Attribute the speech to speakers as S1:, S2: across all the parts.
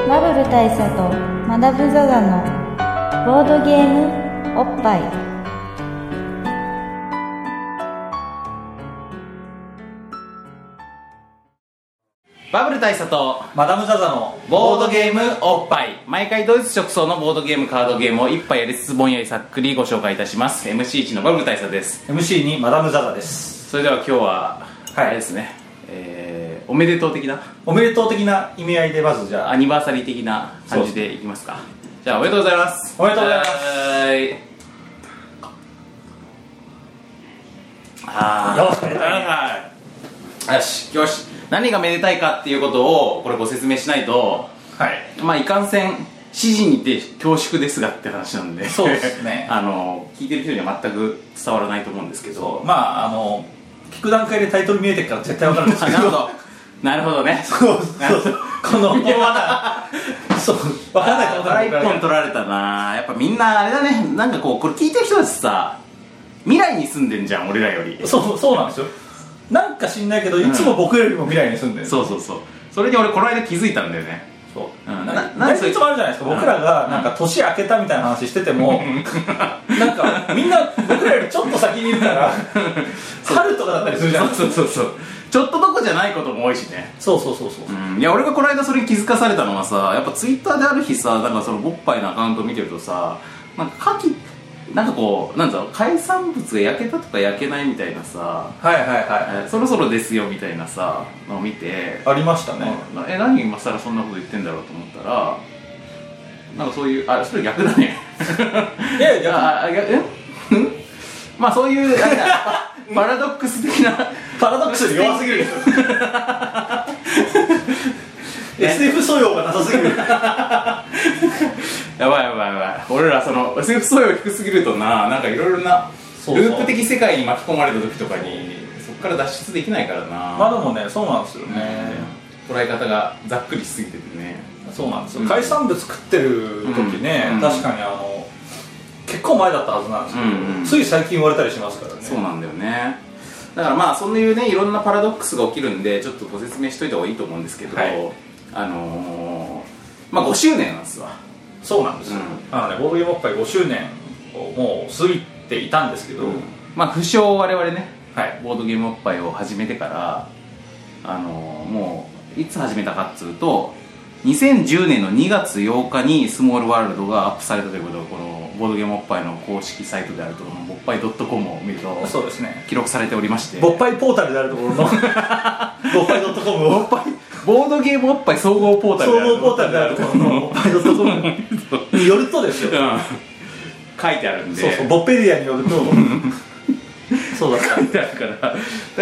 S1: 大佐とマダム・ザ・ザのボードゲームおっぱい
S2: バブル大佐と
S3: マダム・ザ・ザの
S2: ボードゲームおっぱい毎回ドイツ直送のボードゲームカードゲームを一杯やりつつぼんやりさっくりご紹介いたします MC1 のバブル大佐です
S3: MC にマダム・ザ・ザです
S2: それでは今日は、
S3: はい
S2: あれですね、えー、おめでとう的な
S3: おめでとう的な意味合いでまずじゃ
S2: ア
S3: あ
S2: ニバーサリー的な感じでいきますかじゃあおめでとうございます
S3: おめでとうございます
S2: はーいあー
S3: よしめでたいね
S2: はいよしよし何がめでたいかっていうことをこれご説明しないと
S3: はい
S2: まあいかんせん指示にて恐縮ですがって話なんで
S3: そうです ね
S2: あの聞いてる人には全く伝わらないと思うんですけど
S3: まああの聞く段階でタイトル見えてるから絶対わかるんです
S2: あ
S3: けど
S2: なるほどなるほどね
S3: そうそうそうこのここはなそうわからないか
S2: あー
S3: わからない
S2: これ一本
S3: か
S2: 取られたなやっぱみんなあれだねなんかこうこれ聞いてる人たちさ未来に住んでんじゃん俺らより
S3: らそうそうなんですよなんか知んないけどいつも僕よりも未来に住んでる
S2: そうそうそうそれに俺この間気づいたんだよね
S3: そ
S2: う
S3: う
S2: ん
S3: な
S2: な
S3: な
S2: なん
S3: んかいつもあるじゃないですか僕らがなんか年明けたみたいな話しててもなんかみんな僕らよりちょっと先にいるから 春とかだったりするじゃん
S2: そうそうそうそうちょっとどこじゃないことも多いしね
S3: そうそうそうそう
S2: うんいや俺がこの間それに気づかされたのはさやっぱツイッターである日さなんかそのボッパイのアカウント見てるとさなんか牡蠣なんかこうなんだろう海産物が焼けたとか焼けないみたいなさ
S3: はいはいは
S2: えそろそろですよみたいなさのを見て
S3: いありましたね
S2: なえ何今更そんなこと言ってんだろうと思ったらなんかそういうあそれ逆だね
S3: いやい
S2: いや
S3: や
S2: ああ逆え んまあそういうなん かパラドックス的な
S3: パラドックスに弱すぎ るでしょ
S2: ね
S3: SF 素養がなさすぎる
S2: やばいやばいやばい俺らその SF 素養低すぎるとななんかいろいろな
S3: そうそう
S2: ループ的世界に巻き込まれた時とかにそこから脱出できないからな
S3: まあでもねそうなんですよ
S2: うん
S3: ね
S2: 捉え方がざっくりしすぎててね
S3: そうなんです
S2: うん
S3: よ海産物食ってる時ね
S2: うん
S3: 確かにあの結構前だったはずなんです
S2: うんうん
S3: けどつい最近言われたりしますから
S2: そう
S3: ね
S2: なんだよねだからまあそういうねいろんなパラドックスが起きるんでちょっとご説明しといた方がいいと思うんですけど、
S3: はい
S2: あのー、まあ5周年なんですわ
S3: そうなんですよ
S2: う
S3: なのでボードゲームおっぱい5周年をもう過ぎていたんですけど
S2: まあ不詳我々ね
S3: はい
S2: ボードゲームおっぱいを始めてからあのーもういつ始めたかっつうと2010年の2月8日にスモールワールドがアップされたということがこのボードゲームおっぱいの公式サイトであるところのぼっぱい .com を見ると
S3: そうですね
S2: 記録されておりまして
S3: ぼっぱいポータルであるところ のぼっぱい .com を
S2: ボードゲームおっぱい総合ポータル
S3: 総
S2: である
S3: 合ポータルであるところのパイロットコムによるとですよ
S2: うん書いてあるんで
S3: そうそうボッペディアによると そうだった
S2: 書いてあるから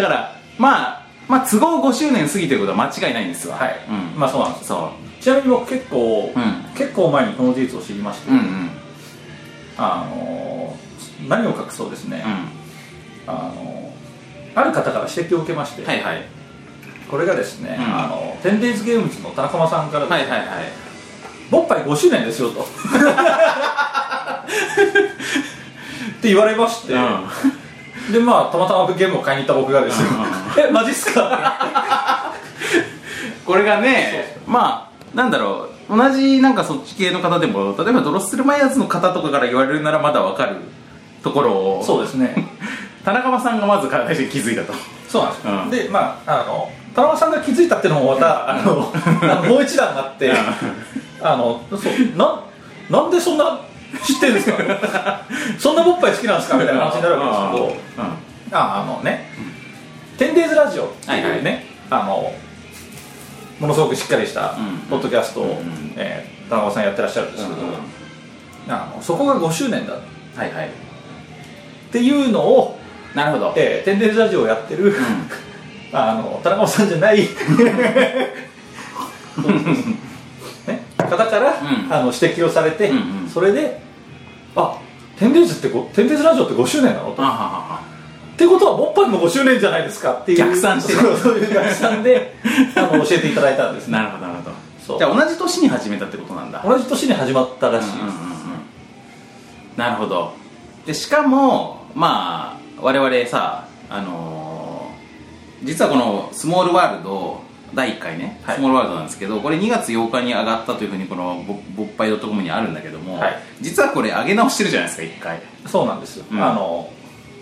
S2: だからまあまあ都合5周年過ぎてることは間違いないんですわ
S3: はい、
S2: うん
S3: まあそうなんです
S2: そ
S3: ちなみに僕結構、
S2: うん
S3: 結構前にこの事実を知りまして、
S2: ううんうん
S3: あのー何を隠そうですね、
S2: う
S3: あのーある方から指摘を受けまして、
S2: んはいはい
S3: これがですね、
S2: うん
S3: あのテンデイズゲームズの田中間さんか
S2: は
S3: ら、
S2: いはいはい
S3: ボッパイ5周年です よとって言われまして、でまあたまたまゲームを買いに行った僕がですよ「 えマジっすか?
S2: これがねまあなんだろう同じなんかそっち系の方でも例えばドロッセルマイヤーズの方とかから言われるならまだわかるところ」を
S3: そうですね
S2: 田中間さんがまず体で気づいたと
S3: そうなんで
S2: う
S3: すよ、
S2: ん
S3: でまああの田中さんが気づいたっていうのもまた、あのあのもう一段があって、あのそうななんでそんな知ってるんですか そんなボッパイ好きなんですかみたいな話になるわけですけど
S2: どうん
S3: ああのね「テンデイズラジオ」っていうね、
S2: はいは
S3: あのものすごくしっかりした
S2: うん
S3: ポッドキャストを、
S2: うんうん
S3: えー田中さんやってらっしゃるんですけど、あのそこが5周年だっ
S2: はいはい
S3: ていうのを、
S2: なるほど
S3: えー、テンデイズラジオをやって る、あの田中さんじ ゃないね方から、
S2: うん
S3: あの指摘をされて、
S2: うんうん
S3: それで「あテンデイズってごテンデイズラジオって5周年なの?」と
S2: あははは
S3: ってことはボッパンの5周年じゃないですかっていう
S2: 逆算してね
S3: そうそういう逆算であの教えていただいたんです ね
S2: なるほどなるほ
S3: そ
S2: ど
S3: う
S2: じゃあ同じ年に始めたってことなんだ
S3: 同じ年に始まったらしい
S2: うん
S3: で
S2: うんうん
S3: す、
S2: なるほどでしかもまあ我々さあのー実はこのスモールワールド第1回ね、
S3: はい
S2: スモールワールドなんですけどこれ2月8日に上がったというふうにこのぼ勃発 .com にあるんだけども、
S3: はい
S2: 実はこれ上げ直してるじゃないですか1回
S3: そうなんですよ、
S2: うん
S3: あの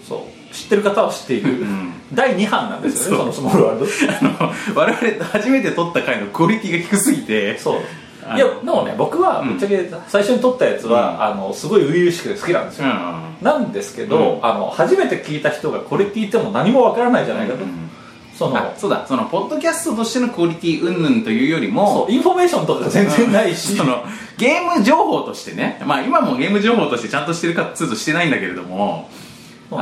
S3: そう知ってる方は知っている、
S2: ん
S3: 第2版なんですよね
S2: そ
S3: そ
S2: う
S3: のスモールワールド
S2: あの我々初めて撮った回のクオリティが低すぎて
S3: そう
S2: あの
S3: いやでもね僕はぶっちゃけ最初に撮ったやつは、
S2: うん
S3: あのすごい初々しくて好きなんです
S2: う
S3: よ、
S2: ん
S3: なんですけど、
S2: うん
S3: あの初めて聞いた人がこれ聞いても何もわからないじゃないかと、
S2: うん
S3: その
S2: あそうだそのポッドキャストとしてのクオリティ云々というよりも
S3: そうインフォメーションとか全然ないし、
S2: そのゲーム情報としてね、まあ、今もゲーム情報としてちゃんとしてるかっつうとしてないんだけれども、
S3: うん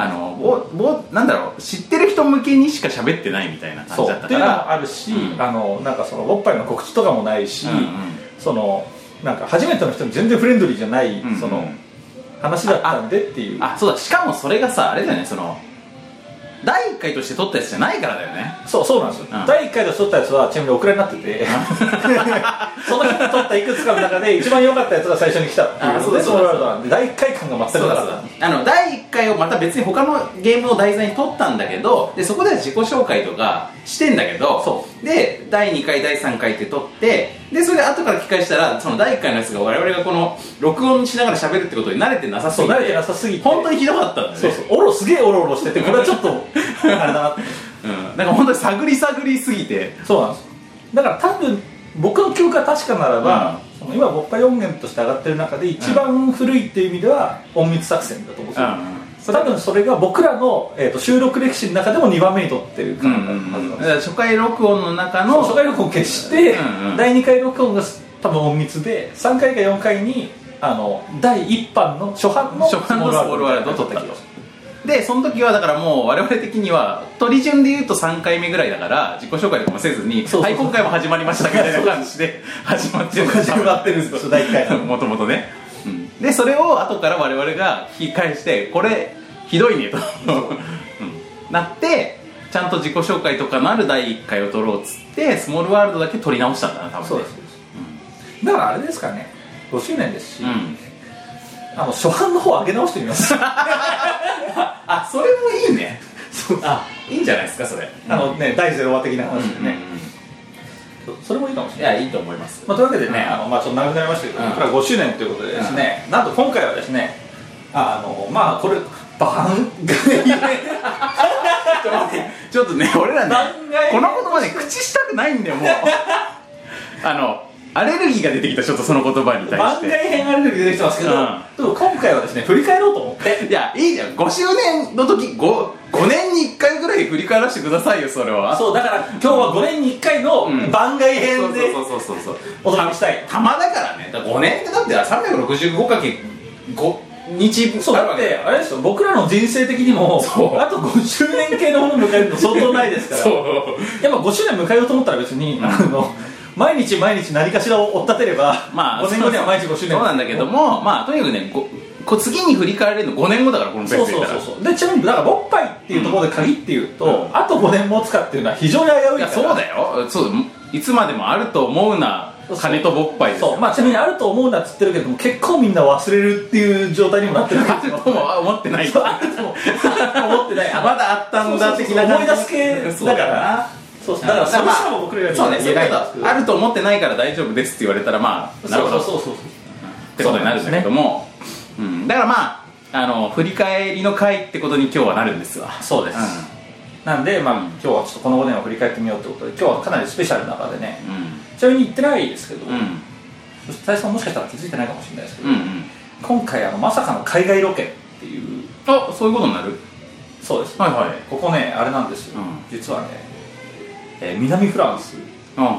S2: あのぼぼなんだろう知ってる人向けにしか喋ってないみたいな感じ
S3: そう
S2: だっ
S3: ったてい
S2: か
S3: うの
S2: ら
S3: もあるし、
S2: うん
S3: あのなんかそのおっぱいの告知とかもないし、
S2: うんうん
S3: そのなんか初めての人に全然フレンドリーじゃない、
S2: うんうん
S3: その話だったんでっていう
S2: あそうだしかもそれがさあれだよねその第1回として撮ったやつじゃないからだよね
S3: そうそうなんですよ、
S2: うん
S3: 第1回で撮ったやつはちなみにオクラになって てその日に撮ったいくつかの中で一番良かったやつが最初に来たっていう
S2: あそう
S3: の
S2: だ
S3: で
S2: そ
S3: そう
S2: だ
S3: のワールドなんで第1回感が全くなかった
S2: あの第1回をまた別に他のゲームを題材に撮ったんだけどでそこでは自己紹介とかしてんだけど
S3: そ
S2: で第2回第3回って撮ってでそれで後から聞き返したらその第1回のやつが我々がこの録音しながら喋るってことに慣れてなさす
S3: そう
S2: ぎ
S3: 慣れてな
S2: て
S3: さすぎて
S2: 本当にひどかったんだよね
S3: そうそうおろすげえおろおろしててこれはちょっとあれだな
S2: うん、なんか本当に探り探りすぎて
S3: そうなんですよだから多分僕の記憶が確かならば、その今ボッパイ音源として上がってる中で一番古いっていう意味では隠密作戦だと思うんですよ、多分それが僕らの、えー、と収録歴史の中でも2番目に撮ってる
S2: う
S3: 感
S2: ん
S3: じ
S2: うん
S3: はずなん
S2: だ
S3: です
S2: から初回録音の中の
S3: 初回録音消して、
S2: うんうん
S3: 第2回録音が多分隠密で3回か4回にあの第1版の初版の
S2: 初版のスモールワールドを撮ったとでその時はだからもう我々的には取り順で言うと3回目ぐらいだから自己紹介とかもせずに
S3: そうそうそう
S2: はい今回も始まりましたみたいな感じで始まってる
S3: 始まってるんですよ第1回
S2: もともとね、うんでそれを後から我々が聞き返してこれひどいねと、うんなってちゃんと自己紹介とかのある第1回を撮ろうっつってスモールワールドだけ撮り直したんだな多分ね
S3: そうです、だからあれですかね5周年ですし、
S2: うん
S3: あの初版の方上げ直してみます
S2: あそれもいいねあいいんじゃないですかそれ
S3: あのね第0話的な
S2: うん
S3: 話でね、そそれもいいかもし
S2: い
S3: れない
S2: やいいと思います
S3: まあ、というわけでね、
S2: うん
S3: あのまあ、ちょっと長くなりましたけど、
S2: うん
S3: 僕ら5周年ということでですね、なんと今回はですね、あのまあ、これ、番外編、
S2: ちょっとね、俺らね
S3: 番外、
S2: この言葉ね、口したくないんだ よ、もう。あの、アレルギーが出てきた、ちょっとその言葉に対
S3: 番
S2: し
S3: 外
S2: て。
S3: 編ある時出てきてますけど、
S2: うん
S3: でも今回はですね、振り返ろうと思って、
S2: いや、いいじゃん、5周年の時、5、5年に1回ぐらい振り返らせてくださいよ、それは。
S3: そう、だから今日は5年に1回の
S2: うん
S3: 番外
S2: そ
S3: 編
S2: う
S3: で
S2: そうそうそうそう。
S3: お届けしたい。
S2: たまだからね、だ5年ってだって365かけ5日分
S3: そう
S2: ある
S3: だ
S2: わ
S3: っ
S2: け
S3: て、
S2: よ
S3: あれですよ、僕らの人生的にも、
S2: そう
S3: あと5周年系のものを迎えるの相当ないですから、
S2: そう。
S3: やっぱ5周年迎えようと思ったら別に、あの毎日毎日何かしらを追っ立てれば、
S2: まあ、
S3: 5年後には毎日5周年
S2: そうなんだけども、まあ、とにかくね、ごこう次に振り返れるの5年後だから、このペー
S3: そう
S2: スで言っ
S3: そう
S2: たら
S3: そうそうでちなみにだからボッパイっていうところで限って言うと、
S2: うん
S3: あと5年持つかっていうのは非常に危ういから
S2: いやそうだよそういつまでもあると思うな
S3: そう
S2: 金と勃発です
S3: そう
S2: よ
S3: まあちなみにあると思うなっつってるけども結構みんな忘れるっていう状態にもなっ てる
S2: あるとも思ってない
S3: そう
S2: ま
S3: あるとも思ってないあ
S2: だあったんだ的な
S3: そうそうそう思い出す系だからそうだからそれしかも僕らより
S2: そうね
S3: 言えないんですけ
S2: そういうこ
S3: ど
S2: とあると思ってないから大丈夫ですって言われたらまあなるほど
S3: そうそうそうそう
S2: ってことになるんだけどもうんだからまああの振り返りの回ってことに今日はなるんですわ
S3: そうです、なんでまあ今日はちょっとこの5年を振り返ってみようってことで今日はかなりスペシャルな中でね
S2: うん
S3: ちなみに言ってないですけど、
S2: うん
S3: そして大佐さんもしかしたら気づいてないかもしれないですけど、
S2: うんうん
S3: 今回あのまさかの海外ロケっていう
S2: あそういうことになる
S3: そうです
S2: はいはい
S3: ここねあれなんですよ、
S2: うん
S3: 実はね、えー南フランス
S2: うんうんうん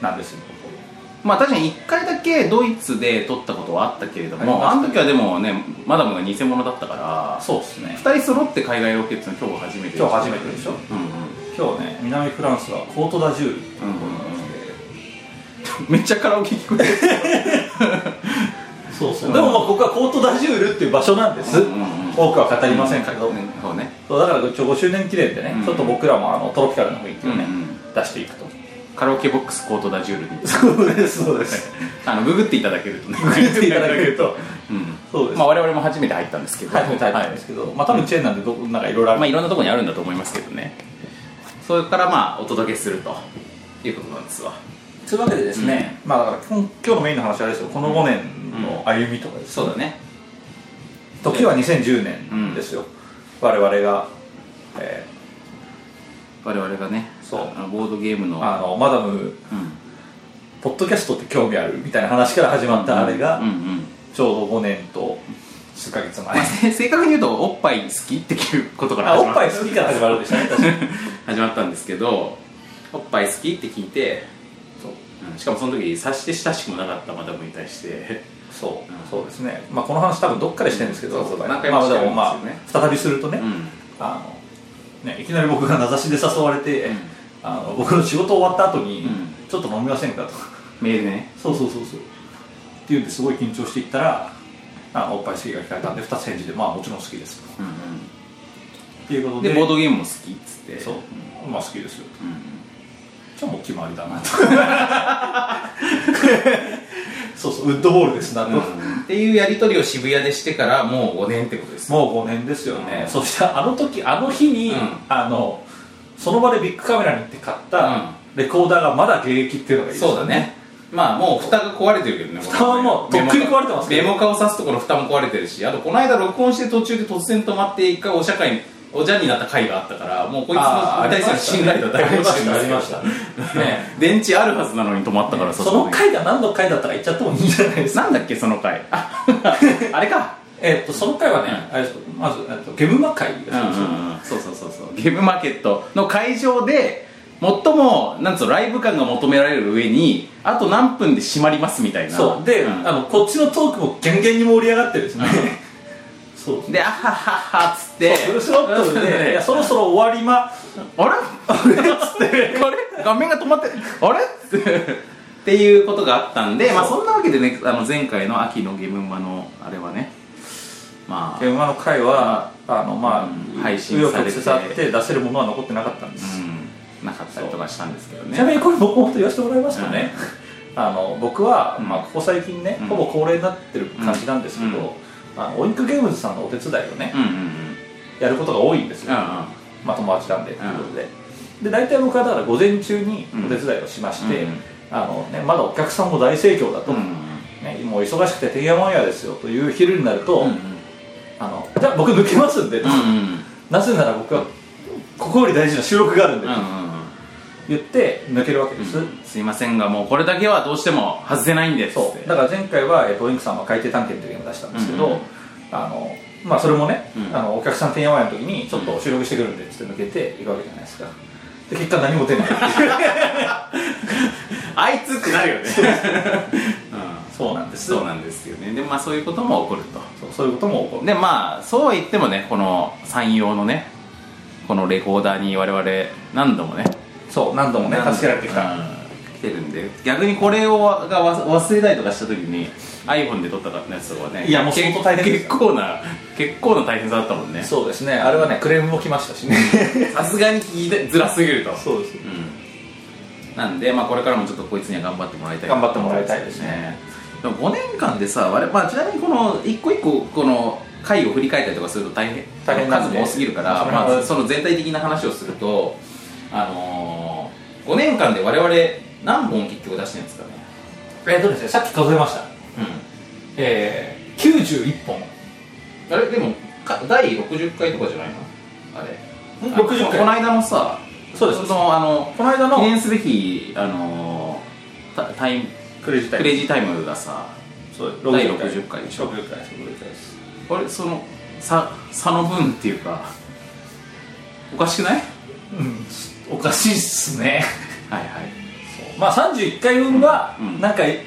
S3: なんですよ
S2: まあ確かに1回だけドイツで撮ったことはあったけれども、
S3: あ
S2: あ
S3: りましたね
S2: の時はでもねマダムが偽物だったから
S3: そうですね
S2: 2人揃って海外ロケっていうのは今日初めて
S3: 今日初めてでしょ
S2: うんうん
S3: 今日ね南フランスはコートダジュールっていうところにいまして、
S2: めっちゃカラオケ聞こえてる
S3: そうそうでもまあここはコートダジュールっていう場所なんです、
S2: うんうんうん
S3: 多くは語りませんけど、
S2: ねそうね
S3: そうだから一応5周年記念でね、
S2: うん
S3: ちょっと僕らもあのトロピカルな雰囲気をね、
S2: うん
S3: 出していくと
S2: カラオケボックスコートダジュールに
S3: そうですそうです
S2: あのググっていただけるとねグ
S3: 見ていただけると
S2: うん
S3: そうです、
S2: まあ我々も初めて入ったんですけど
S3: 初めて入ったんですけど、まあ多分チェーンなんでどこなんかいろいろ
S2: は
S3: ある
S2: いまあいろんなところにあるんだと思いますけどねそれからまあお届けするということなんですわ
S3: というわけでですね、まあだから今今日のメインの話はあれですよこの5年の歩みとかです、
S2: そうだね
S3: 時は2010年ですよ、我々が、え
S2: 我々がね
S3: そう
S2: あのボードゲームの
S3: ーあのマダム
S2: うん
S3: ポッドキャストって興味あるみたいな話から始まったあれが、
S2: うんうん
S3: ちょうど5年と数ヶ月前
S2: まあ、せ 正確に言うとおっぱい好きっていうことから
S3: あおっぱい
S2: 始
S3: 好きから始まるん でしたね確かに
S2: 始まったんですけどおっぱい好きって聞いて、うんしかもその時察して親しくもなかったマダムに対して
S3: そう
S2: うん
S3: そうですねまあこの話多分どっかでしてるんですけど、
S2: そうそう
S3: まあ
S2: 何回もしてるんですよね
S3: まあでもまあ再びするとね、
S2: うん
S3: あのねいきなり僕が名指しで誘われて、
S2: うん
S3: あの僕の仕事終わった後に、
S2: うん
S3: ちょっと飲みませんかと
S2: メールね
S3: そうそうそうそうっていうんですごい緊張していったらあのおっぱい好きが聞かれたんで2つ返事でまあもちろん好きです
S2: う
S3: と
S2: ん
S3: っていうこ
S2: う
S3: と
S2: ん
S3: で
S2: でボードゲームも好きっつって
S3: そう、まあ好きですよ
S2: うん
S3: じゃあもう決まりだなと そうそうウッドボールですなと、
S2: うんっていうやり取りを渋谷でしてからもう5年ってことです
S3: もう5年ですよね、
S2: うん
S3: そしてあの時あの日に、
S2: うん
S3: あのその場でビッグカメラに行って買っ
S2: うん
S3: たレコーダーがまだ現役っていうのがいいです
S2: そう
S3: よ
S2: だねまあもう蓋が壊れてるけどね
S3: 蓋はもうとっくに壊れてますけ
S2: メ
S3: ど
S2: モ化を刺すところ蓋も壊れてるしあとこの間録音して途中で突然止まって一回お社会おじゃんになった回があったからもうこいつの
S3: あー
S2: 対する信頼度はだいぶ落ちて
S3: ありましたねね
S2: 電池あるはずなのに止まったから
S3: そ
S2: こ
S3: の
S2: で
S3: 回が何の回だったか言っちゃってもいいんじゃないですか
S2: なんだっけその回 ああれか
S3: えっとその回はね、あれですよまずえっとゲームマ会です
S2: う
S3: よ
S2: んうんうんそうそうそうそうゲームマーケットの会場で最もなんつうのライブ感が求められる上にあと何分で閉まりますみたいな
S3: そうで、
S2: ん
S3: あのこっちのトークもギャンギャンに盛り上がってですね、そう
S2: で、あはははっつって、
S3: フルスロットルで、いやそろそろ終わりま
S2: あれ あれっつって、あれ画面が止まって、あれっつって、っていうことがあったんで、まあそんなわけでね、あの前回の秋のゲームマのあれはね、まあ、
S3: 現場の回はあのまあ、
S2: うん配信
S3: 紆
S2: され
S3: 余
S2: て
S3: 曲折あって出せるものは残ってなかったんで
S2: う
S3: す、
S2: ん、なかったりとかしたんですけど
S3: ちなみ
S2: ね。
S3: にこれ僕も本当言わせてもらいますとね、あの僕は、まあ、ここ最近ね、
S2: うん
S3: ほぼ恒例になってる感じなんですけど、
S2: うん
S3: あのオインクゲームズさんのお手伝いをね
S2: う、んうんうん。
S3: やることが多いんです
S2: う
S3: よ、
S2: んうん
S3: まあ、友達なんでということで、で大体僕はだから午前中に
S2: うん
S3: お手伝いをしまして、
S2: うん
S3: あのね、まだお客さんも大盛況だと、
S2: うん
S3: ね、もう忙しくててんやわんやですよという昼になると、
S2: うんうん
S3: あのじゃあ僕抜けますんでと、
S2: うんうん
S3: なぜなら僕はここより大事な収録があるんで、
S2: うんうんうん
S3: 言って抜けるわけです、
S2: すいませんがもうこれだけはどうしても外せないんですっ
S3: そ
S2: て
S3: うだから前回は、えっと、インクさんは海底探検というゲームを出したんですけど、
S2: うんうん
S3: あのまあそれもね、
S2: うん
S3: あのお客さんてんやわんやの時にちょっと収録してくるんでっつって抜けていくわけじゃないですかで結果何も出ない
S2: あいつってなるよね、 うん、
S3: そうなんで す
S2: そうなんですよねでまあそういうことも起こると
S3: そうそういうことも起こる
S2: でまあそうは言ってもねこの山陽のねこのレコーダーに我々何度もね
S3: そう何度もね
S2: 何度も
S3: 助けられてきた、
S2: うん来てるんで逆にこれをわがわ忘れたりとかした時に iPhone で撮ったやつとかはね
S3: いやもう
S2: 結
S3: 相当大変です
S2: 結構な結構な大変さだったもんね
S3: そうですねあれはねクレームも来ましたしね
S2: さすがに聞いてずらすぎると
S3: そうです
S2: うんなんで、まあ、これからもちょっとこいつには頑張ってもらいたい
S3: 頑張ってもらいたいですね
S2: でも5年間でさ我々、まあ、ちなみにこの一個一個この回を振り返ったりとかすると大変
S3: 大変なん
S2: 数
S3: で
S2: も多すぎるから、
S3: それは
S2: まあ、その全体的な話をするとあのー、5年間で我々何本結局出してるんですかね
S3: えっとですねさっき数えましたえー、91本
S2: うんあれでもか第60回とかじゃないのあれ
S3: ん60回
S2: この間のさ
S3: そうです
S2: そのあの
S3: この間
S2: 記
S3: の
S2: 念すべきあのータタイム
S3: クレジ
S2: クレイジータイムがさ
S3: そう
S2: 第60回でしょ
S3: 60回です60回です
S2: あれその差差の分っていうかおかしくない
S3: おかしいっすね
S2: はいはい
S3: まあ31回分は
S2: うんうん
S3: なんかい,、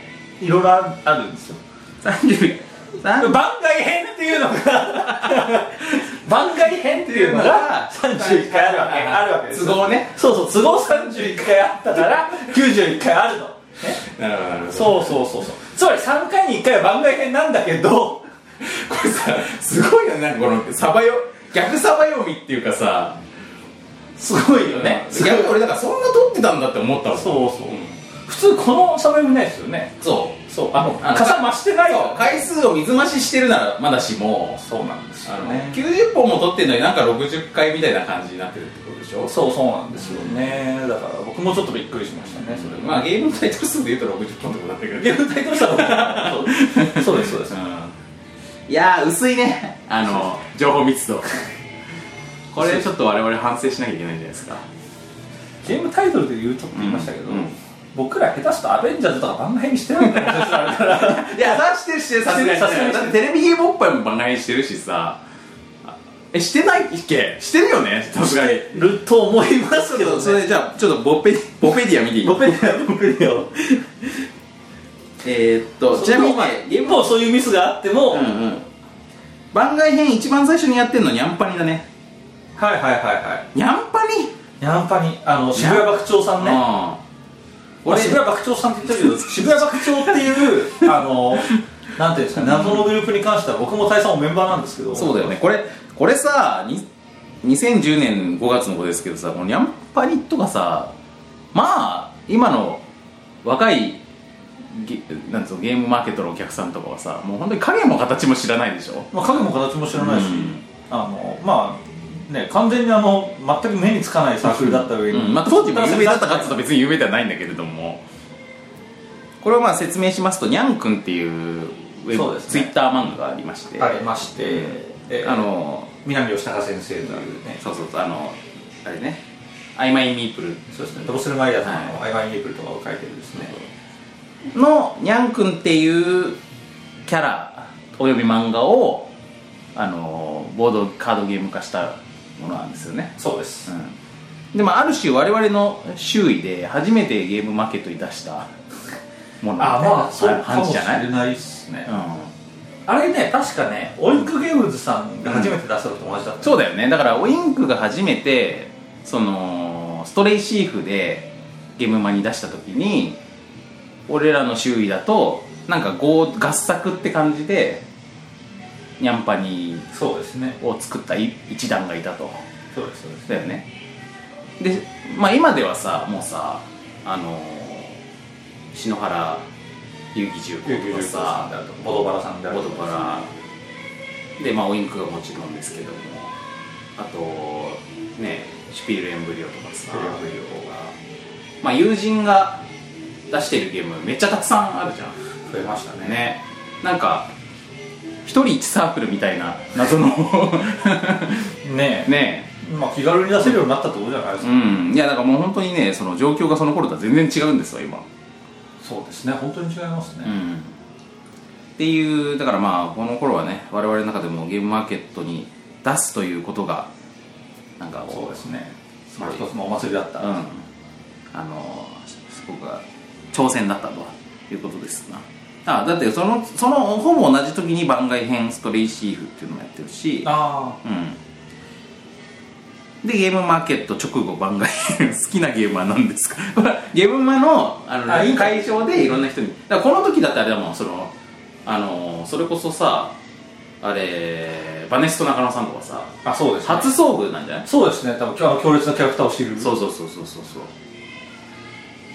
S3: ろいろああるんですよ
S2: 30 30
S3: 番外編っていうのが番外編っていうのが31回あるわけ あるわけですよ
S2: 都合ね
S3: そうそう都合31回あった から91回あるの、ね、
S2: なるほどなるほど
S3: そうそうそうそうつまり3回に1回は番外編なんだけど
S2: これさすごいよねなんかこのサバよ逆サバ読みっていうかさ
S3: すごいよね
S2: 逆に俺だからそんな撮ってたんだって思ったもん
S3: そうそう普通このサバ読みないですよね
S2: そう
S3: そうあの
S2: あの
S3: かさ増してない
S2: そう回数を水増ししてるならまだしも
S3: そうなんですよ
S2: あの、
S3: ね
S2: 90本も撮ってんのになんか60回みたいな感じになってるってことでしょ
S3: そうそうなんですよねだから僕もちょっとびっくりしましたねそれ
S2: まあ
S3: ゲ
S2: ゲームのタイトル数で言うと60本ってことなんだけど
S3: ームタイトルしたのそうそうですそうです
S2: いやー薄いねあの情報密 度これちょっと我々反省しなきゃいけないんじゃないですか
S3: ゲームタイトルで言うとって言いましたけど、
S2: うんうん
S3: 僕ら下手したらアベンジャーズとか番外編してないかもしれないから
S2: いやさしてるしてるさすがに
S3: さすがに
S2: だってテレビゲームおっぱいも番外してるしさあえしてないっけしてるよねさすがに
S3: ると思いますけど
S2: そ
S3: ね
S2: れじゃあちょっとボペボペディア見ていい
S3: ごめんね僕には
S2: えー、っとちなみにねゲーム
S3: もうそういうミスがあっても、
S2: う
S3: は
S2: ん
S3: い
S2: うん番外編一番最初にやってんのニャンパニだね
S3: はいはいはい
S2: ニャンパニ
S3: ニャンパにあの渋谷爆長さんね、
S2: うん
S3: 俺渋谷爆鳥さんって言ってるけど渋谷爆鳥っていうあのなんていうんですか謎のグループに関しては僕も大佐もメンバーなんですけど
S2: そうだよねこれこれさに2010年5月の子ですけどさこのニャンパニとかさまあ今の若いゲなんつうのゲームマーケットのお客さんとかはさもう本当に影も形も知らないでしょ
S3: まあ、影も形も知らないし、
S2: うん
S3: あのまあね完全にあの全く目につかないサークルだった上に、
S2: うんまあ、当時も有名だったかっつうと別に有名ではないんだけれどもこれをまあ説明しますとにゃんくんっていうウェ
S3: そう
S2: ブ、
S3: ですね
S2: ツイッター漫画がありまして
S3: ありまして、えー
S2: あの
S3: 南吉高先生というね
S2: そうそうそうあのあれね「アイマイミープル」
S3: そうですねドロスルマイヤーさんの「アイワインイープル」とかを書いてるですね
S2: のにゃんくんっていうキャラおよび漫画をあのボードカードゲーム化したものなんですよね、
S3: そうです、
S2: うん、でもある種我々の周囲で初めてゲームマーケットに出したもの
S3: あまあそうか
S2: 感
S3: も
S2: じ
S3: し
S2: じゃな
S3: れ
S2: い、うん、
S3: ないですね、あれね確かねオインクゲームズさんが初めて出したのと同じだった、
S2: そうだよねだからオインクが初めてそのストレイシーフでゲームマに出した時に俺らの周囲だとなんか合合作って感じでニャンパニ
S3: そうですね
S2: を作ったい一団がいたと
S3: そうですそうです
S2: だよねでまあ今ではさもうさあのー篠原遊戯重工とかさ
S3: あとボドバラさんである
S2: ボ
S3: と
S2: ド
S3: か
S2: バラでまあオインクがもちろんですけどもあとねシュピールエンブリオとかさ
S3: シュピールエン
S2: まあ友人が出してるゲームめっちゃたくさんあるじゃん
S3: 増えましたね
S2: ねなんか一人一サークルみたいな謎 の
S3: ね
S2: ね
S3: まあ気軽に出せるようになったってことじゃないです
S2: う
S3: か、
S2: んいやだからもう本当にねその状況がその頃とは全然違うんですわ今
S3: そうですね本当に違いますね、
S2: うんっていうだからまあこの頃はね我々の中でもゲームマーケットに出すということがなんか
S3: そう
S2: こ
S3: ですね
S2: す
S3: ま
S2: ご
S3: あ
S2: い
S3: 一つのお祭りだった、
S2: う、うん、あのすすごく挑戦だったということですなあだってそのそのほぼ同じ時に番外編ストレイシーフっていうのもやってるし
S3: あ
S2: うんでゲームマーケット直後番外編 好きなゲームは何ですか これはゲームマのあの
S3: あいい
S2: 会場でいろんな人にだからこの時だってあれだもんそのあのそれこそさあれバネスト中野さんとかさ
S3: ああそうです、ね、
S2: 初遭遇なんじゃない
S3: そうですね多分今日の強烈なキャラクターを知る
S2: そうそうそうそうそうそう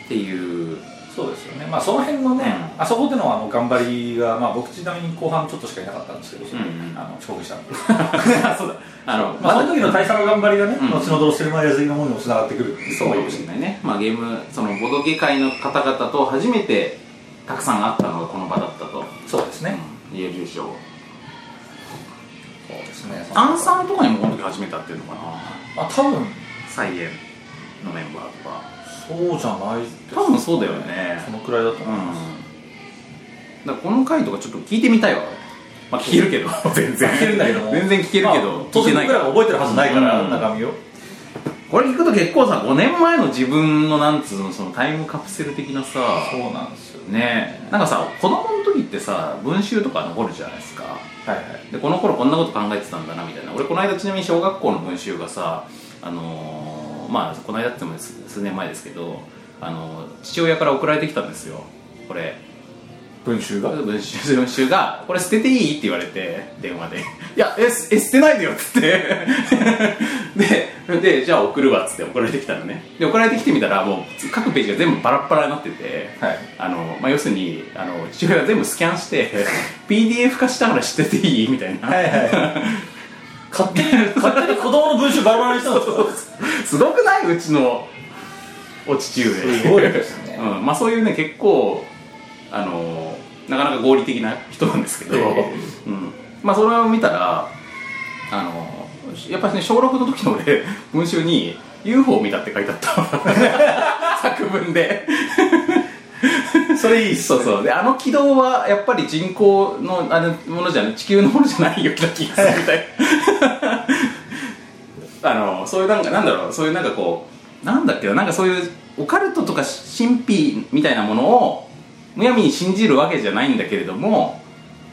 S2: っていう
S3: そうですよねまあその辺のね、
S2: うん
S3: あそこでのあの頑張りが、まあ、僕ちなみに後半ちょっとしかいなかったんですけど、その
S2: うんうん
S3: あの遅刻したんで
S2: あそうだあの
S3: まあその時の大佐の頑張りがね、
S2: うん
S3: 後のどうしてる前や次のものにもつながってくるってい
S2: そうかもしれないね、まあ、ゲームそのボドゲ界の方々と初めてたくさん会ったのがこの場だったと
S3: そうですね、
S2: 言えるでしょう
S3: そうですね
S2: アンさんとかにもこの時初めて会ってるのかな
S3: あ多分
S2: 菜園のメンバーとか
S3: そうじゃないです
S2: 多分そうだよね
S3: そのくらいだと
S2: うんだ
S3: 思います、
S2: からこの回とかちょっと聞いてみたいわまあ聞けるけど 全然
S3: 聞けるんだけども
S2: 全然聞けるけど、
S3: まあ当然僕らが覚えてるはずないから、
S2: うん
S3: 中身を
S2: これ聞くと結構さ5年前の自分のなんつうのそのタイムカプセル的なさ
S3: そうなんですよ
S2: ねえなんかさ子供の時ってさ文集とか残るじゃないですか
S3: はいはい
S2: でこの頃こんなこと考えてたんだなみたいな俺この間ちなみに小学校の文集がさあのーまあこの間って言っても数数年前ですけど、あのー父親から送られてきたんですよこれ
S3: 文集が
S2: 文集文集が「これ捨てていい?」って言われて電話で「いやえすえ捨てないでよ」っつってでれでじゃあ送るわっつって送られてきたのねで送られてきてみたらもう各ページが全部バラッバラになってて、
S3: はい
S2: あのまあ、要するにあの父親が全部スキャンして PDF 化したから知ってていいみたいな、
S3: はいはい勝手に勝手に子供の文集バラバラにしたん ですか
S2: すごくないうちのお父上
S3: すごいですね
S2: うんまあ、そういうね結構あのなかなか合理的な人なんですけど、
S3: え
S2: うんまあ、それを見たらあのやっぱりね小6の時の俺文集に「UFO を見た」って書いてあった 作文で
S3: それいいっ
S2: そうそうであの軌道はやっぱり人工のあのものじゃ地球のものじゃないような気がするみたいなあのそういうなんかなんだろうそういうなんかこうなんだっけななんかそういうオカルトとか神秘みたいなものをむやみに信じるわけじゃないんだけれども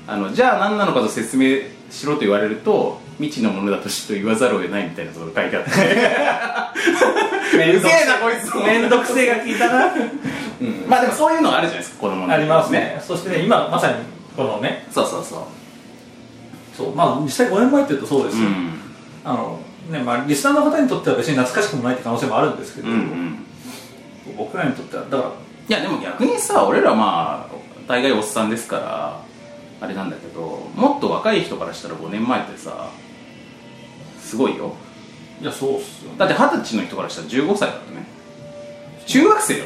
S2: あのじゃあ何なのかと説明しろと言われると未知のものだとしと言わざるを得ないみたいなところが書いてあって うぜえなこいつ
S3: めんどくせえが聞いたな
S2: うんまあでもそういうのがあるじゃないですか子供の時
S3: ありますねそしてね今まさにこのね
S2: そうそうそう
S3: そうまあ実際5年前っていうとそうですよ、
S2: ん
S3: あのねまあリスナーの方にとっては別に懐かしくもないって可能性もあるんですけど、
S2: うんうん
S3: 僕らにとってはだか
S2: いやでも逆にさ俺らまあ大概おっさんですからあれなんだけどもっと若い人からしたら5年前ってさすごいよ
S3: らいやそうっすよね
S2: だって二十歳の人からしたら15歳だからね中学生よ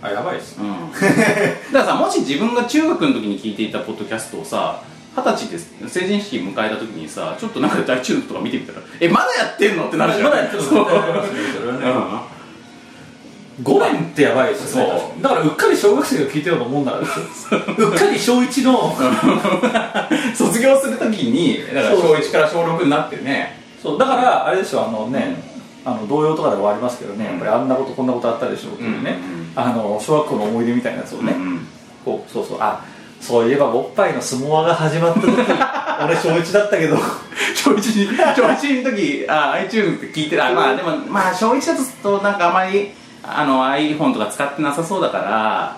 S3: あやばいっすね
S2: うん だからさもし自分が中学の時に聞いていたポッドキャストをさ二十歳です成人式迎えた時にさちょっとなんか大中学とか見てみたらえまだやってんのってなるじゃん
S3: まだやって る
S2: そう、
S3: 5
S2: うん
S3: 年ってやばいですよねだからうっかり小学生が聞いてると思うんだからですようっかり小1の
S2: 卒業するときにだから
S3: そう
S2: 小1から小6になってね
S3: そうだからあれでしょあのね、あの童謡とかでもありますけどね、やっぱりあんなことこんなことあったでしょうっていうね、
S2: うんうんうん
S3: あの小学校の思い出みたいなやつをね、
S2: うん
S3: こうそうそうあそういえばおっぱいの相撲が始まった時俺小1だったけど
S2: 小一に小一の時あ iTunes って聞いてるあまあでもまあ小一だとなんかあまりあの iPhone とか使ってなさそうだから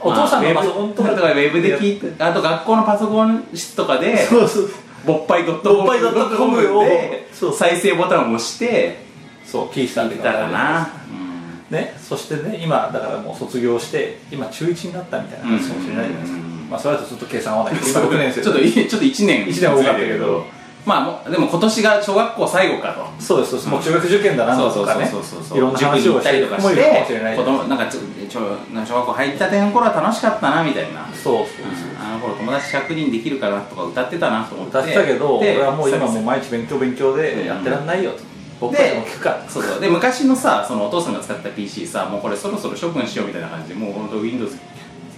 S3: お父さん
S2: まあ
S3: の
S2: ウェブ
S3: パソコン
S2: と
S3: とか
S2: かウェブで聞い てあと学校のパソコン室とかで
S3: そうそう
S2: ぼっぱいドッ
S3: ぼっぱい .com を
S2: で
S3: そう
S2: 再生ボタンを押して
S3: そうキーしたんで
S2: だからな
S3: ね、そしてね今だからもう卒業して今中1になったみたいな話かもしれないじゃないで
S2: うん
S3: すか、
S2: うんうんうん
S3: まあそれだとちょっと計算合わないけど
S2: そう
S3: 今6年生
S2: ちょっといちょっと1年
S3: 一年多かったけど
S2: まあもうでも今年が小学校最後かと
S3: そうですそうですもう中学受験だな
S2: そうそ
S3: と
S2: うそ
S3: か
S2: う
S3: ね
S2: そうそうそう
S3: いろんな話
S2: 塾に行
S3: を
S2: っ
S3: した
S2: りとかし
S3: るかもしれな
S2: て
S3: い
S2: 子供なんかちょちょなんか小学校入ったての頃は楽しかったなみたいな、
S3: そうそう
S2: あの頃友達100人できるかなとか歌ってたなと思って
S3: だったけど
S2: で
S3: 俺はもう今
S2: そう
S3: もう毎日勉強勉強でやってらんないよと僕らでも聞くか
S2: そうそうで昔のさそのお父さんが使ってた PC さもうこれそろそろ処分しようみたいな感じでもう本当 Windows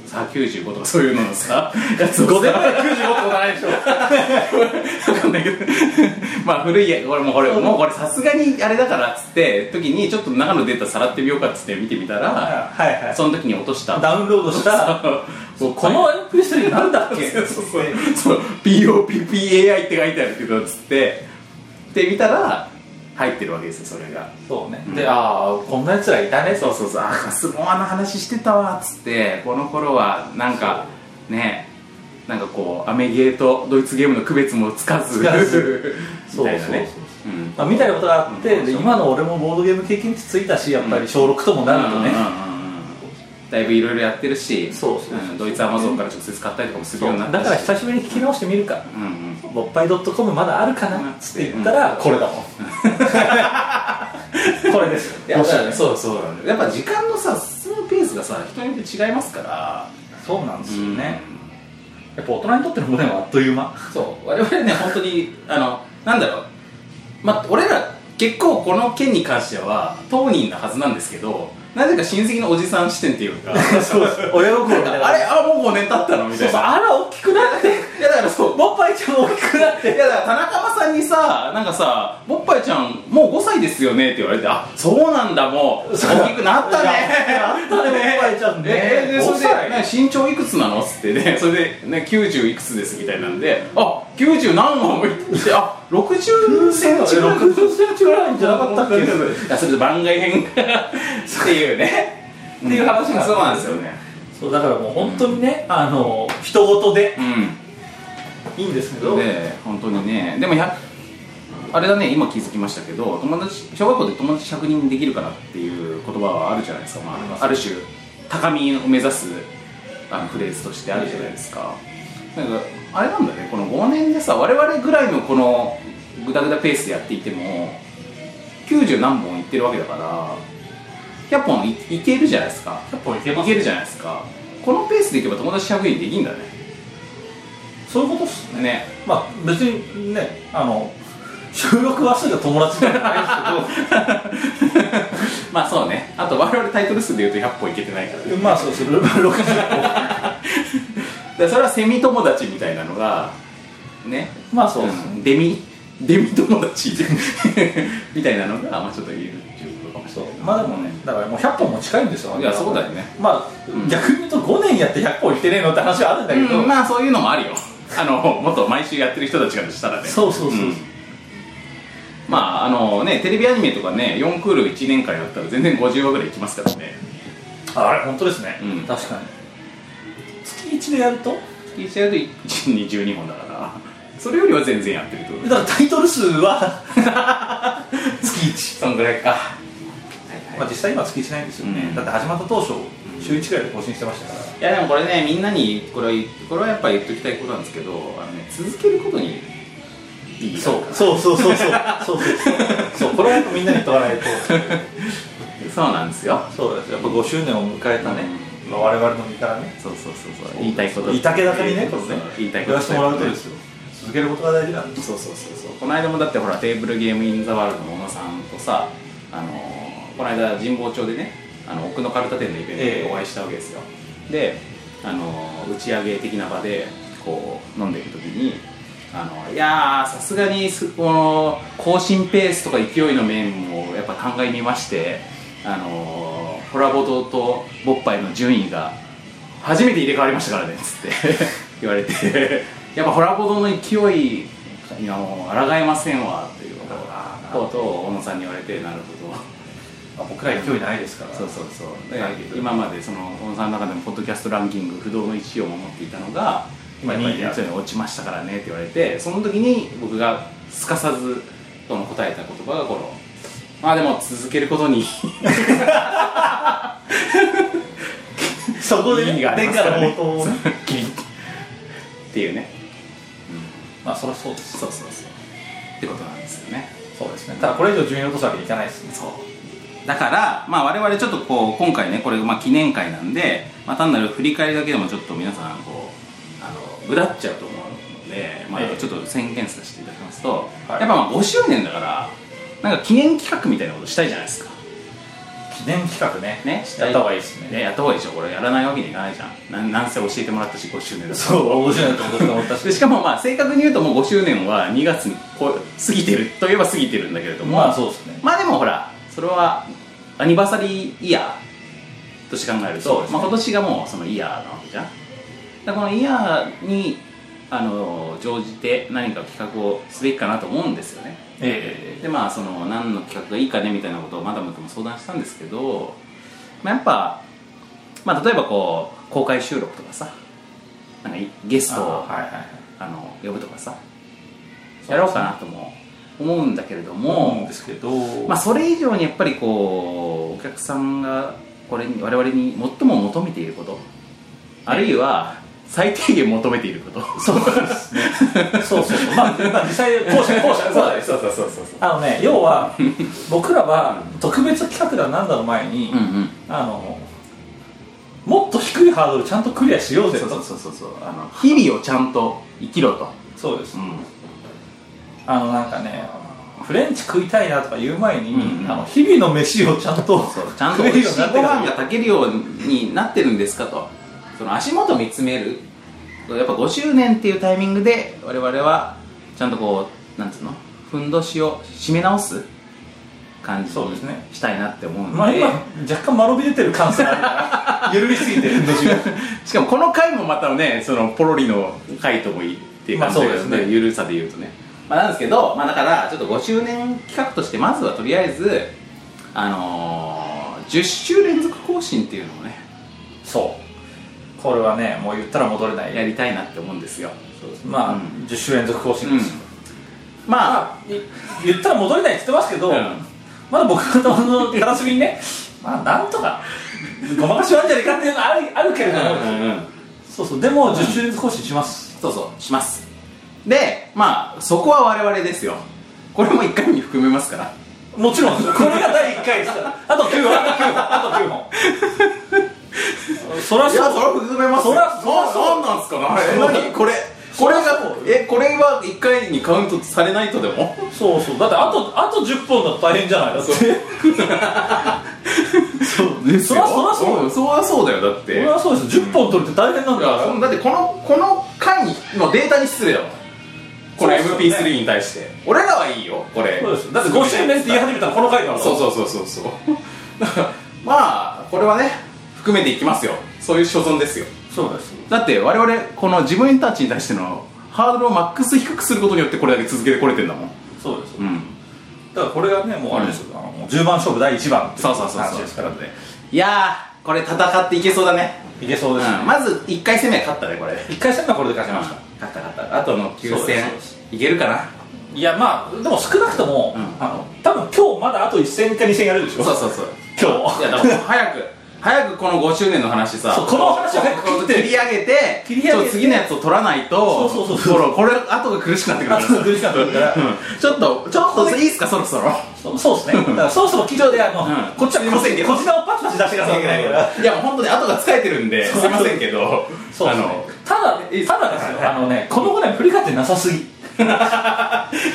S2: さ95とかそういうのの さやつを
S3: 5年
S2: さ
S3: 前95ってことないでしょ
S2: わかんないけどまあ古いや俺もうこれもうこれさすがにあれだからっつって時にちょっと中のデータさらってみようかっつって見てみたら
S3: はいはい
S2: その時に落とした
S3: ダウンロードした
S2: そう
S3: この MP3 なんだっけ
S2: そうそうそうそう POPPAI って書いてあるけどつってで見たら入ってるわけですよそれが
S3: そうねでああこんなやつらいたね
S2: そうそうそうあー相撲の話してたわっつってこの頃はなんかねなんかこうアメゲーとドイツゲームの区別もつかず
S3: つかず
S2: みたいな
S3: そうそう
S2: ね
S3: そう
S2: うん
S3: まあ、みたいなことがあって、
S2: うん
S3: で今の俺もボードゲーム経験値ついたしやっぱり小6ともなるとね、
S2: うんうんうんうんだいぶいろいろやってるし
S3: そうそうそうん
S2: ドイツアマゾンから直接買ったりとかもする
S3: そ
S2: よ
S3: う
S2: うになった
S3: だ
S2: し
S3: から久しぶりに聞き直してみるか
S2: うんうん
S3: 「ぼっぱい .com まだあるかな」っつって言ったら、これだもんこれです
S2: いやだからね
S3: そう
S2: そうそうなんだよやっぱ時間のさ進むペースがさ人によって違いますから
S3: そうなんですよね、
S2: うん
S3: やっぱ大人にとっての5年はあっとい う間
S2: そう我々ね本当にあのなんだろうまあ俺ら結構この件に関しては当人なはずなんですけどなぜか親戚のおじさん視点っていうか
S3: そうです親心みたいな
S2: あれあもう5年経ったのみ
S3: そ
S2: た
S3: う
S2: い
S3: そう
S2: な
S3: あら大きくなって
S2: いやだからそう
S3: ぼっぱいちゃん大きくなって
S2: いやだから田中さんにさなんかさ「ぼっぱいちゃんもう5歳ですよね」って言われて「あそうなんだもう
S3: そう
S2: 大きくなったね」
S3: なったねぼっぱいちゃんね
S2: えーでそれで
S3: 5歳
S2: ね身長いくつなの?」っつってねそ れで、ね「90いくつです」みたいなんで「あ九90何本もいってあ六60センチぐらい
S3: 60センチぐらいじゃなかったっけ
S2: いやそれで番外編 っていうね
S3: っていう話が
S2: そうなんですよね
S3: そうだからもう本当にね、あの人事で
S2: うん
S3: いいんですけど、
S2: ね本当にねでもやあれだね今気づきましたけど友達小学校で友達100人できるからっていう言葉はあるじゃないですか、ま
S3: ありま
S2: あ、
S3: す
S2: ある種高みを目指すあのフレーズとしてあるじゃないですか、なんかあれなんだねこの5年でさ我々ぐらいのこのグダグダペースでやっていても90何本いってるわけだから100本いいけるじゃないですか
S3: 100本いけ
S2: い
S3: ます
S2: けるじゃないですかこのペースでいけば友達100人できんだね
S3: そういうことっすね
S2: ね
S3: まあ別にねあの収録話数が友達ではないです
S2: まあそうねあと我々タイトル数でいうと100本いけてないからね
S3: けど まあそうする60
S2: でそれはセミ友達みたいなのがね
S3: まあそうです
S2: んデミデミ友達 みたいなのが、まあ、ちょっといるっていうことかもし
S3: そう
S2: れない
S3: まあでもねだからもう100本も近いんですよ
S2: いやそうだよね
S3: まあ、
S2: うん
S3: 逆に言うと5年やって100本いってねえのって話はあるんだけど、
S2: うんまあそういうのもあるよあのもっと毎週やってる人たちからしたらね
S3: そうそうそうそうん
S2: まああのねテレビアニメとかね4クール1年間やったら全然50話ぐらいいきますからね
S3: あれ本当ですね、
S2: うん
S3: 確かに月1でやると
S2: 月1やると1に12本だからそれよりは全然やってるってこと
S3: だからタイトル数は月
S2: そんぐらいか、
S3: 1、まあ、実際今月1ないんですよね、
S2: うん
S3: だって始まった当初週1ぐらいで更新してましたから
S2: いやでもこれねみんなにこれはこれはやっぱ言っときたいことなんですけどあの、ね、続けることに意義があるから
S3: そうそうそう そうそうそうそうそうこれはやっぱみんなに問わないと
S2: そうなんですよ
S3: そうですやっぱ5周年を迎えたね、まあ、我々の身からね
S2: そうそうそうそう言いたいこと
S3: いたけだけにねこれ
S2: そう
S3: ね
S2: 言いたいこと
S3: 言わせてもらうとですよ続けることが大事なんです
S2: そうそうそうそうこの間もだってほらテーブルゲームインザワールドの小野さんとさあのーこの間神保町でねあの奥のカルタ店のイベント
S3: え
S2: で
S3: え
S2: お会いしたわけですよ、であのー打ち上げ的な場でこう飲んでる時にあのいやーさすがにすこの更新ペースとか勢いの面をやっぱ考えみましてあのーコラボ堂とボッパイの順位が初めて入れ替わりましたからねっつって 言われてやっぱホラボドの勢いにはもう抗えませんわということを小野さんに言われてなるほど
S3: まあ僕ら勢いないですから
S2: そうそうそうで今までその小野さんの中でもポッドキャストランキング不動の1位を守っていたのが
S3: 今
S2: やっぱり
S3: 2位である
S2: そういうの落ちましたからねって言われてその時に僕がすかさずとの答えた言葉がこのまあでも続けることに
S3: そこで
S2: 意
S3: ね
S2: 味があり
S3: 天
S2: ますか
S3: からら
S2: ね
S3: 冒頭をね切り
S2: っていうね
S3: まあそりゃそうです
S2: そうそうそうってことなんですよね
S3: そうですねただこれ以上順位落とすわけにいかないですね
S2: そうだから、まあ、我々ちょっとこう今回ねこれ、まあ、記念会なんで、まあ、単なる振り返りだけでもちょっと皆さんこうあのぐだっちゃうと思うので、まあ
S3: え、え
S2: ちょっと宣言させていただきますと、
S3: はい
S2: やっぱまあ5周年だからなんか記念企画みたいなことしたいじゃないですか
S3: 記念企画ね
S2: ね
S3: やった方がいいです
S2: ね
S3: ね
S2: やった方がいいでしょこれやらないわけにいかないじゃんなんなんせ教えてもらったし5周年だし
S3: そう面白いなと思った
S2: で
S3: し
S2: しかもまあ正確に言うともう5周年は2月にこう過ぎてるといえば過ぎてるんだけれども、
S3: まあそうですね
S2: まあでもほらそれはアニバーサリーイヤーとして考える
S3: そう
S2: と、
S3: ですね
S2: まあ、今年がもうそのイヤーなわけじゃんだからこのイヤーにあの乗じて何か企画をすべきかなと思うんですよね
S3: え
S2: でまあその何の企画がいいかねみたいなことをマダムとも相談したんですけど、まあ、やっぱ、まあ、例えばこう公開収録とかさなんかいゲストを
S3: はいはいはい
S2: あの呼ぶとかさ
S3: そう
S2: やろうかなとも思うんだけれども、
S3: 思うんですけど
S2: まあ、それ以上にやっぱりこうお客さんがこれに我々に最も求めていることあるいは最低限求めていることそうです ね
S3: そうそうそうまあまあ実際後者後 者後者です
S2: そうそうそうそうそう
S3: あのね要は僕らは特別企画だなんだの前に
S2: うんうん
S3: あのもっと低いハードルちゃんとクリアしようぜ
S2: そうそ
S3: と
S2: うそうそうそうあの日々をちゃんと生きろと、
S3: そうです
S2: う
S3: あのなんかねフレンチ食いたいなとか言う前に、
S2: うんうん
S3: あの日々の飯をちゃんと
S2: ん、ちゃんと
S3: 食え
S2: 美
S3: る
S2: 味
S3: よう
S2: し
S3: に
S2: い
S3: なって
S2: ご
S3: から
S2: 飯が炊けるようになってるんですかとその足元を見つめるやっぱ5周年っていうタイミングで我々はちゃんとこうなんつうのふんどしを締め直す感じ
S3: そう
S2: に
S3: ですね
S2: したいなって思うので
S3: まあ今若干間延び出てる感性あるから緩みすぎてるんですよ
S2: しかもこの回もまたねそのポロリの回ともいいっていう感じ
S3: まあそうですね
S2: ゆるさで言うとね、まあ、なんですけど、まあ、だからちょっと5周年企画としてまずはとりあえずあのー、10週連続更新っていうのをね
S3: そうこれはねもう言ったら戻れない
S2: やりたいなって思うんですよ
S3: まあ、
S2: うん
S3: 10週連続更新ですよ、
S2: うんまあ
S3: まあい言ったら戻れないって言ってますけど、
S2: うん
S3: まだ僕の頭の片隅にねまあなんとかごまかしはあるんじゃないかっていうのはあるあるけれども、そうそうでも10周年更新します、
S2: そうそうしますでまあそこは我々ですよこれも1回に含めますから
S3: もちろんですよこれが第1回ですから あと9本あと9本あと9本そら
S2: いや
S3: そ
S2: それは含めますよ
S3: そりゃ
S2: ななんなんすかねあれ
S3: そりゃ
S2: 何これ
S3: そ
S2: こ
S3: り
S2: れ
S3: ゃ
S2: がえこれは1回にカウントされないとでも
S3: うそうそうだってあとあと10本だと大変じゃないだって
S2: そうですよ
S3: そりゃそりゃそう
S2: うんそりゃそうだよだって
S3: 俺はそうですよ10本取るって大変なん
S2: い
S3: だ
S2: や
S3: か
S2: そ
S3: ら
S2: んだってこのこの回のデータに失礼だもんこの
S3: そうそうね
S2: MP3 に対して、俺らはいいよこれ
S3: そうですよだって5周年って言い始めたらこの回から
S2: そう
S3: う
S2: そうそうそうそうだからまあこれはね含めていきますよそういう所存ですよ
S3: そうですよ
S2: だって我々この自分たちに対してのハードルをマックス低くすることによってこれだけ続けてこれてんだもん
S3: そうですよ
S2: うん
S3: だからこれがねもうあれですよ、あのもう10番勝負第1番ってい
S2: そうそうそうそう
S3: 話ですからね
S2: いやーこれ戦っていけそうだね、
S3: いけそう
S2: うん
S3: ですね、、
S2: まず1回戦目は勝ったねこれ
S3: 1回戦がこれで勝ちました、
S2: 勝った勝ったあとの9
S3: そうです
S2: 戦
S3: そうです
S2: いけるかない
S3: やまあでも少なくとも、
S2: うん
S3: あの多分今日まだあと1戦か2戦やるでしょ
S2: そうそうそう
S3: 今
S2: い
S3: 日
S2: やだからもう早く早くこの5周年の話さ
S3: そうこの話を早く切って
S2: 切り上げて
S3: 切り
S2: ち
S3: 上げて
S2: ょっと次のやつを取らないと
S3: そうそうそうそう
S2: ほらこれ後が苦しくなってくる
S3: あと苦しかったから
S2: ちょっとちょっといいっすかそろそろ
S3: そうそうですねだからそろそろ企業であの、
S2: うん
S3: こっちは
S2: すいませんけど
S3: こちらをパチパチ出していかなきゃいけないから
S2: いやもう本当に後が疲れてるんで
S3: そ
S2: す
S3: う
S2: いませんけど
S3: そうですねただ
S2: いいっす
S3: ただですよあのねこの5年振り返ってな さすぎ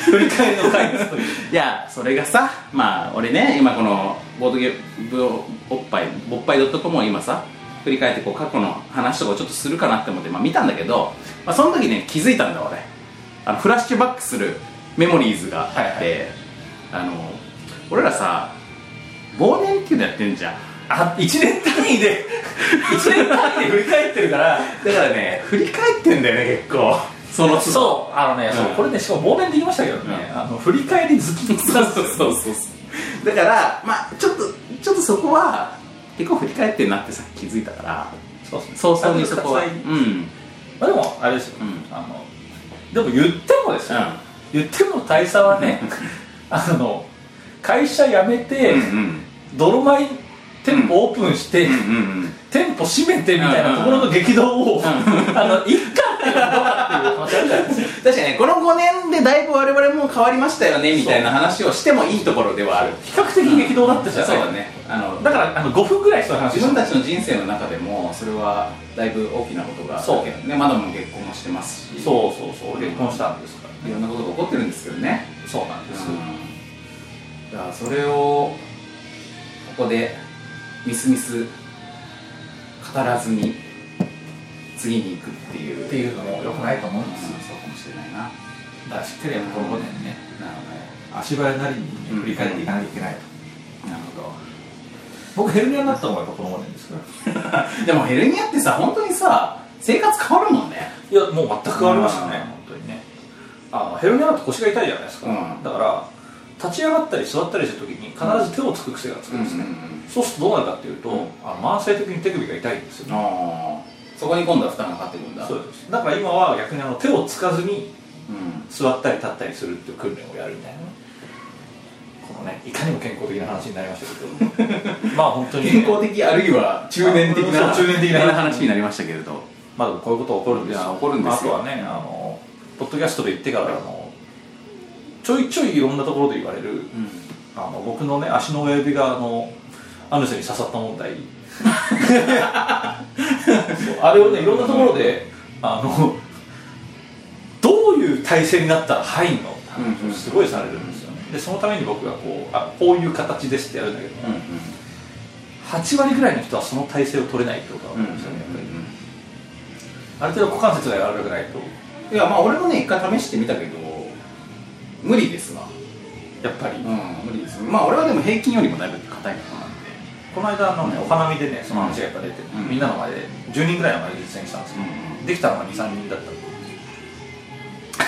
S3: 振り返りの回ですという
S2: いやそれがさまあ俺ね今このボードゲームおっぱいぼっぱい .com を今さ振り返ってこう過去の話とかをちょっとするかなって思って、まあ、見たんだけど、まあ、その時ね気づいたんだ俺あのフラッシュバックするメモリーズがあって、
S3: はい
S2: あの俺らさ忘年っていうのやってんじゃん
S3: あ1年単 位で1年単位で振り返ってるから
S2: だからね振り返ってんだよね結構その都度
S3: そうあのね、そう
S2: うん
S3: これねしかも忘年できましたけどね、
S2: うん
S3: あの振り返り好きなんです
S2: そう
S3: よ
S2: そうそうそうそうだからまあちょっとちょっとそこは結構振り返ってんなってさっき気づいたから
S3: そうですね
S2: 早々にそこは
S3: 割
S2: う
S3: と割と
S2: ん
S3: まあ、でもあれですよ、
S2: うん
S3: あのでも言ってもですよ、言っても大差はねあの会社辞めて、
S2: うんうん
S3: 泥米店舗オープンして、
S2: うんうんうん
S3: 店舗閉めてみたいなところの激動を、あの一貫っていうのはどうかっていう話あるじゃないですか
S2: 確かにねこの5年でだいぶ我々も変わりましたよねみたいな話をしてもいいところではある
S3: 比較的激動だったじゃないですか、
S2: ねあの
S3: だからあの5分ぐらいその話
S2: 自分たちの人生の中でもそれはだいぶ大きなことがあったけどねマダムも結婚もしてますし
S3: そうそうそう結婚したんですから
S2: いろんなことが起こってるんですけどね
S3: そうなんです、
S2: だからそれをここでみすみす語らずに次に行くっていう
S3: っていうのも良くないと思うんですよ
S2: んそうかもしれないななる
S3: だからしっかりやっぱこの5年ね
S2: ほ
S3: 足早なりにね
S2: うん
S3: 振り返っていかなきゃいけないと、
S2: どなるほ
S3: 僕ヘルニアになったのがやっぱこの5年ですから
S2: どでもヘルニアってさ本当にさ生活変わるもんね
S3: いやもう全く変わりましたね
S2: うん
S3: 本当にねあのヘルニアだと腰が痛いじゃないですか、
S2: うん
S3: だから立ち上がったり座ったりした時に必ず手をつく癖がつくんですね、そうするとどうなるかっていうと、
S2: うん
S3: あの慢性的に手首が痛いんですよ、
S2: あーそこに今度は負担がかかってくるんだ
S3: そうですだから今は逆にあの手をつかずに
S2: うん
S3: 座ったり立ったりするっていう訓練をやるみたいなこのねいかにも健康的な話になりましたけ どまあ本当にね、
S2: 健康的あるいは中年的な
S3: あそう中年的な
S2: 話になりましたけれど
S3: まあでもこういうこと起こるんですよ
S2: いや起こるんですよ
S3: あとはねあのポッドキャストで言ってからあのちょいちょいいろんなところで言われるあの僕のね足の親指があのアヌセに刺さった問題そう あれをねいろんなところであのどういう体勢になったら入んのって話をすごいされるんですよねでそのために僕がこうあこういう形ですってやるんだけど
S2: うん
S3: も、8割ぐらいの人はその体勢を取れないってことが
S2: う
S3: 分
S2: ん
S3: かりましたねやっぱり
S2: うん
S3: ある程度股関節が柔らかくないと
S2: いやまあ俺もね一回試してみたけど無理ですわ
S3: やっぱり、
S2: うん無理ですまあ俺はでも平均よりもだいぶ硬い方なんで
S3: この間あのねお花見でねその話がやっぱ出て、
S2: うん
S3: みんなの前で10人ぐらいの前で実践したんですよ、
S2: う
S3: できたのが23人だった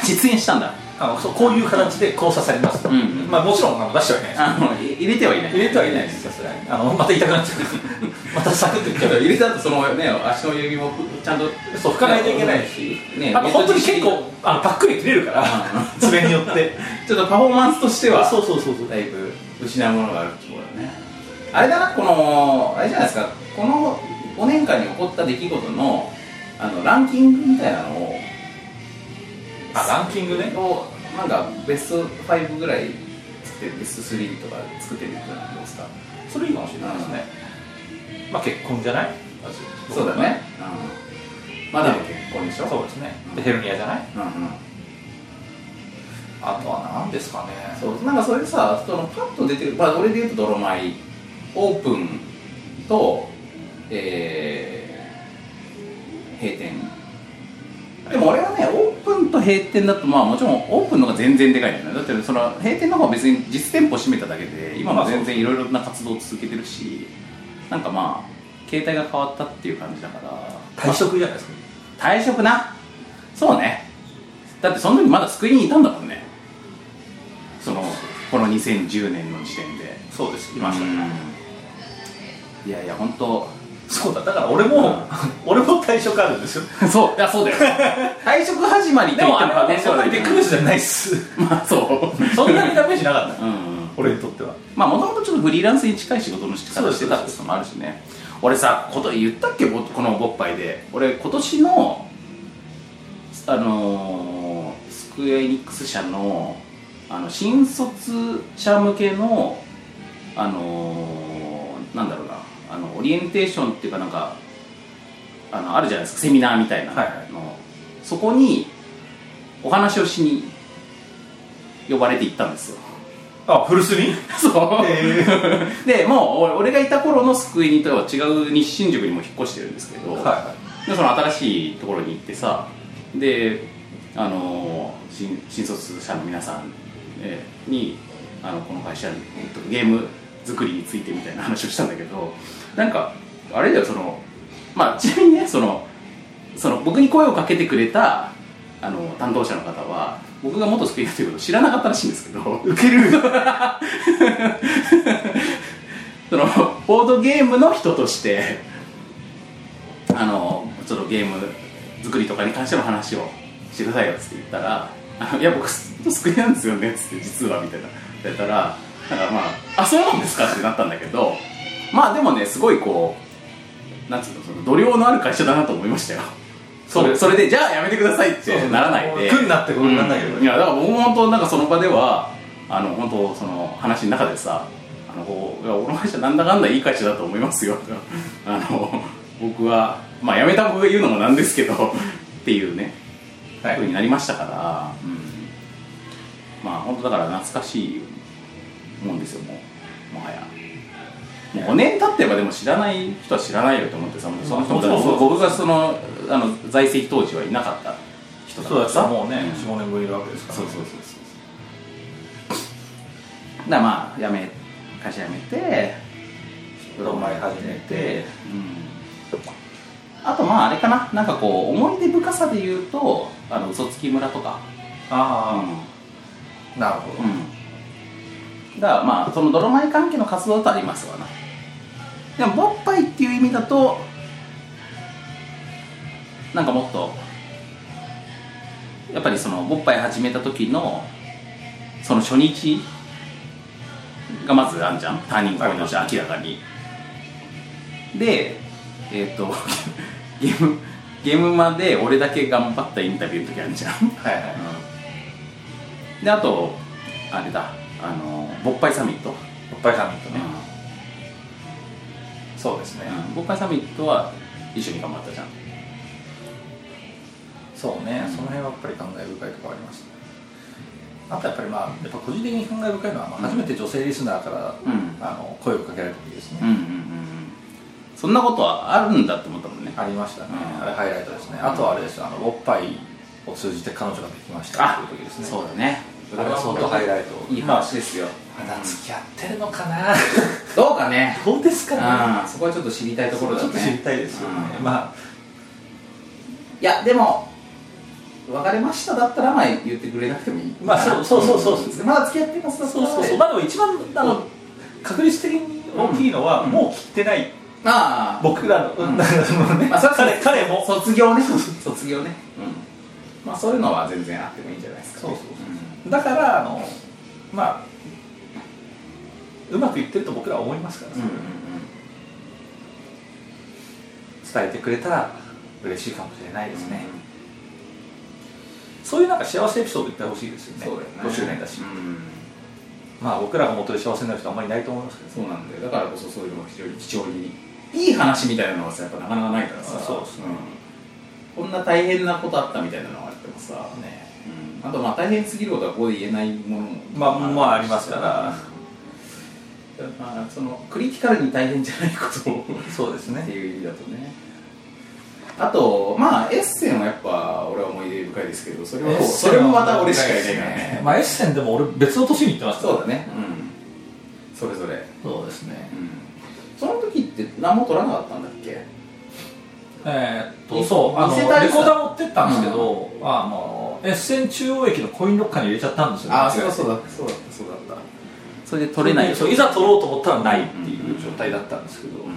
S2: 実演したんだ
S3: あのそうこういう形でこう刺されますと、
S2: うんうん
S3: まあ、もちろんあの出してはいないです
S2: あのい入れてはいない
S3: 入れてはいないですよそれはあのまた痛くなっちゃう またサクッといっちゃう
S2: 入れた後そのね足の指もちゃんと
S3: そう拭かないといけないし、
S2: ね
S3: あと本当に結構あのパックリ切れるから爪によって
S2: ちょっとパフォーマンスとしては
S3: そうそうそうそう
S2: だいぶ失うものがあるってことだねあれだなこのあれじゃないですかこの5年間に起こった出来事のあのランキングみたいなのを
S3: あランキングね
S2: をなんかベスト5ぐらい作ってベスト3とか作ってみるじゃないですか
S3: それいいかもしれないですね、まあ結婚じゃない
S2: そうだね、うん、まだの結婚でしょ
S3: そうですねでヘルニアじゃない
S2: うんうん
S3: あとは何ですかね
S2: そうなんかそれさそのパッと出てる、まあ、俺で言うと泥米オープンと、えー閉店でも俺はねオープンと閉店だとまあもちろんオープンの方が全然でかいんだよねだってその閉店の方は別に実店舗閉めただけで今も全然いろいろな活動を続けてるしなんかまあ携帯が変わったっていう感じだから
S3: 退職じゃないですか
S2: 退職なそうねだってその時まだ救いにいたんだもんねそのこの2010年の時点で
S3: そうですい
S2: い
S3: ましたね
S2: いやいや本当
S3: そうだだから俺も、
S2: うん
S3: 俺も退職あるんですよ
S2: そういやそうだよ 退職始まりと
S3: で
S2: 言
S3: も
S2: っても
S3: あ
S2: 過
S3: れは
S2: 言で
S3: そ
S2: は
S3: ん
S2: な
S3: ないにビッグニュースじゃないっす
S2: まあ そう
S3: そんなにダメージなかった
S2: うんうん
S3: 俺にとっては
S2: まあもともとちょっとフリーランスに近い仕事の仕
S3: そう
S2: 方
S3: です
S2: してたっていうのもあるしね俺さこと言ったっけぼこの「ボッパイ」で俺今年のあのースクエア・エニックス社のあの新卒者向けのあのーなんだろうなあのオリエンテーションっていうかなんかあのあるじゃないですかセミナーみたいなの、
S3: はいはい
S2: そこにお話をしに呼ばれて行ったんですよ
S3: あ古巣に
S2: そう、
S3: へ
S2: でもう俺がいた頃のスクエニとは違う西新宿にも引っ越してるんですけど、
S3: は
S2: でその新しいところに行ってさであの新新卒者の皆さんえーにあのこの会社にえっとゲーム作りについてみたいな話をしたんだけどなんかあれだよそのまあちなみにねそのその僕に声をかけてくれたあの担当者の方は僕が元スクエニだということを知らなかったらしいんですけど
S3: い ウケる
S2: そのボードゲームの人としてあのちょっとゲーム作りとかに関しての話をしてくださいよっつって言ったら「あのいや僕ススクリーンなんですよね」っつって「実は」みたいな言ったらなんかまあ「あそうなんですか」ってなったんだけどまあでもねすごいこうなんつうのその度量のある会社だなと思いましたよそれそれでじゃあやめてくださいってならないで
S3: 苦になってことにならないけど、
S2: うんいやだから僕も本当なんかその場ではあの本当その話の中でさあのこういや俺の会社なんだかんだいい会社だと思いますよ あの僕はまあ辞めた僕が言うのもなんですけどっていうね
S3: は
S2: ふう
S3: い
S2: になりましたから、うん、まあ本当だから懐かしいもんですよもうもはやもう5年経ってばでも知らない人は知らないよと思ってさもうその人も
S3: まあもちろん
S2: 僕がそのあの在籍当時はいなかった人だか
S3: そう
S2: ら
S3: だった
S2: さ
S3: らもうね
S2: ん
S3: 45年ぶりなわけですから
S2: そうそうそうそうだからまあやめ会社辞めて
S3: ロマイ始めて
S2: あとまああれかななんかこう思い出深さで言うとあの嘘つき村とか
S3: ああ、なるほど、
S2: うんがまあその泥米関係の活動とありますわなでもボッパイっていう意味だとなんかもっとやっぱりそのボッパイ始めた時のその初日がまずあんじゃんターニングポイントとして明らかにでえっ、とゲームゲームまで俺だけ頑張ったインタビューの時あんじゃん
S3: はいはい
S2: であとあれだあのボッパイサミット、
S3: おっぱいサミットね、そうですね、
S2: うんボッパイサミットは一緒に頑張ったじゃん
S3: そうね、その辺はやっぱり感慨深いところありましたねあとやっぱりまあやっぱ個人的に感慨深いのは、まあ、初めて女性リスナーから、
S2: うん
S3: あの声をかけられた時ですね、
S2: うんうんうんうんそんなことはあるんだって思ったもんね
S3: ありましたね、
S2: うん
S3: あれハイライトですね、あとはあれですよあのおっぱいを通じて彼女ができましたっていう時ですね
S2: そうだね
S3: あれは相当ハイライト
S2: いい話ですよ
S3: まだ付き合ってるのか な
S2: どうかね
S3: どうですかね
S2: うんそこはちょっと知りたいところ
S3: ち
S2: だ
S3: ょっと知り
S2: ね
S3: たいですよね、
S2: うん
S3: まあ
S2: いやでも別れましただったらまあ言ってくれなくてもいい
S3: まあそうそうそうそう
S2: まだ付き合ってますだった
S3: そう
S2: ら
S3: そうそうまあでも一番あの確率的に大きいのは、
S2: うん
S3: もう切ってない
S2: ああ
S3: 僕らの、
S2: うん
S3: だからそのね、
S2: まあそれはそう
S3: 彼彼も
S2: 卒業ね 卒業ねうんまあそういうのは全然あってもいいんじゃないですかね
S3: そうそうだからあのまあうまくいってると僕らは思いますから、
S2: うんうんうん
S3: 伝えてくれたら嬉しいかもしれないですね、そういうなんか幸せエピソード言ってほしいですよね
S2: そうだよね
S3: 5周年だし、
S2: うん
S3: まあ僕らが元で幸せになる人はあんまりいないと思いますけど
S2: そうなんだよだからこそそういうのが非常に貴重にいい話みたいなのはさやっぱなかなかないからさ
S3: あそうですね
S2: うんこんな大変なことあったみたいなのはあってもさ、
S3: ね
S2: うん、あとまあ大変すぎることはここで言えないものも
S3: まあまあありますから
S2: うんまあそのクリティカルに大変じゃないことを
S3: そうです
S2: って
S3: ね
S2: いう意味だとねあとまあエッセンはやっぱ俺は思い出深いですけどそれはそれもまた俺しかいないからね
S3: まあエッセンでも俺別の年に行ってますから
S2: そうだねうんそれぞれ、うん、
S3: そうですね
S2: その時って何も取らなかったんだっけ
S3: えーっと
S2: い
S3: そうあの
S2: 見せたい
S3: レコーダー持ってったんですけど、あのエッセン中央駅のコインロッカーに入れちゃったんですよ、ね、
S2: ああそうそうだそうだったそうだったそれで取れない
S3: そういざ取ろうと思ったらないっていう状態だったんですけど、
S2: うん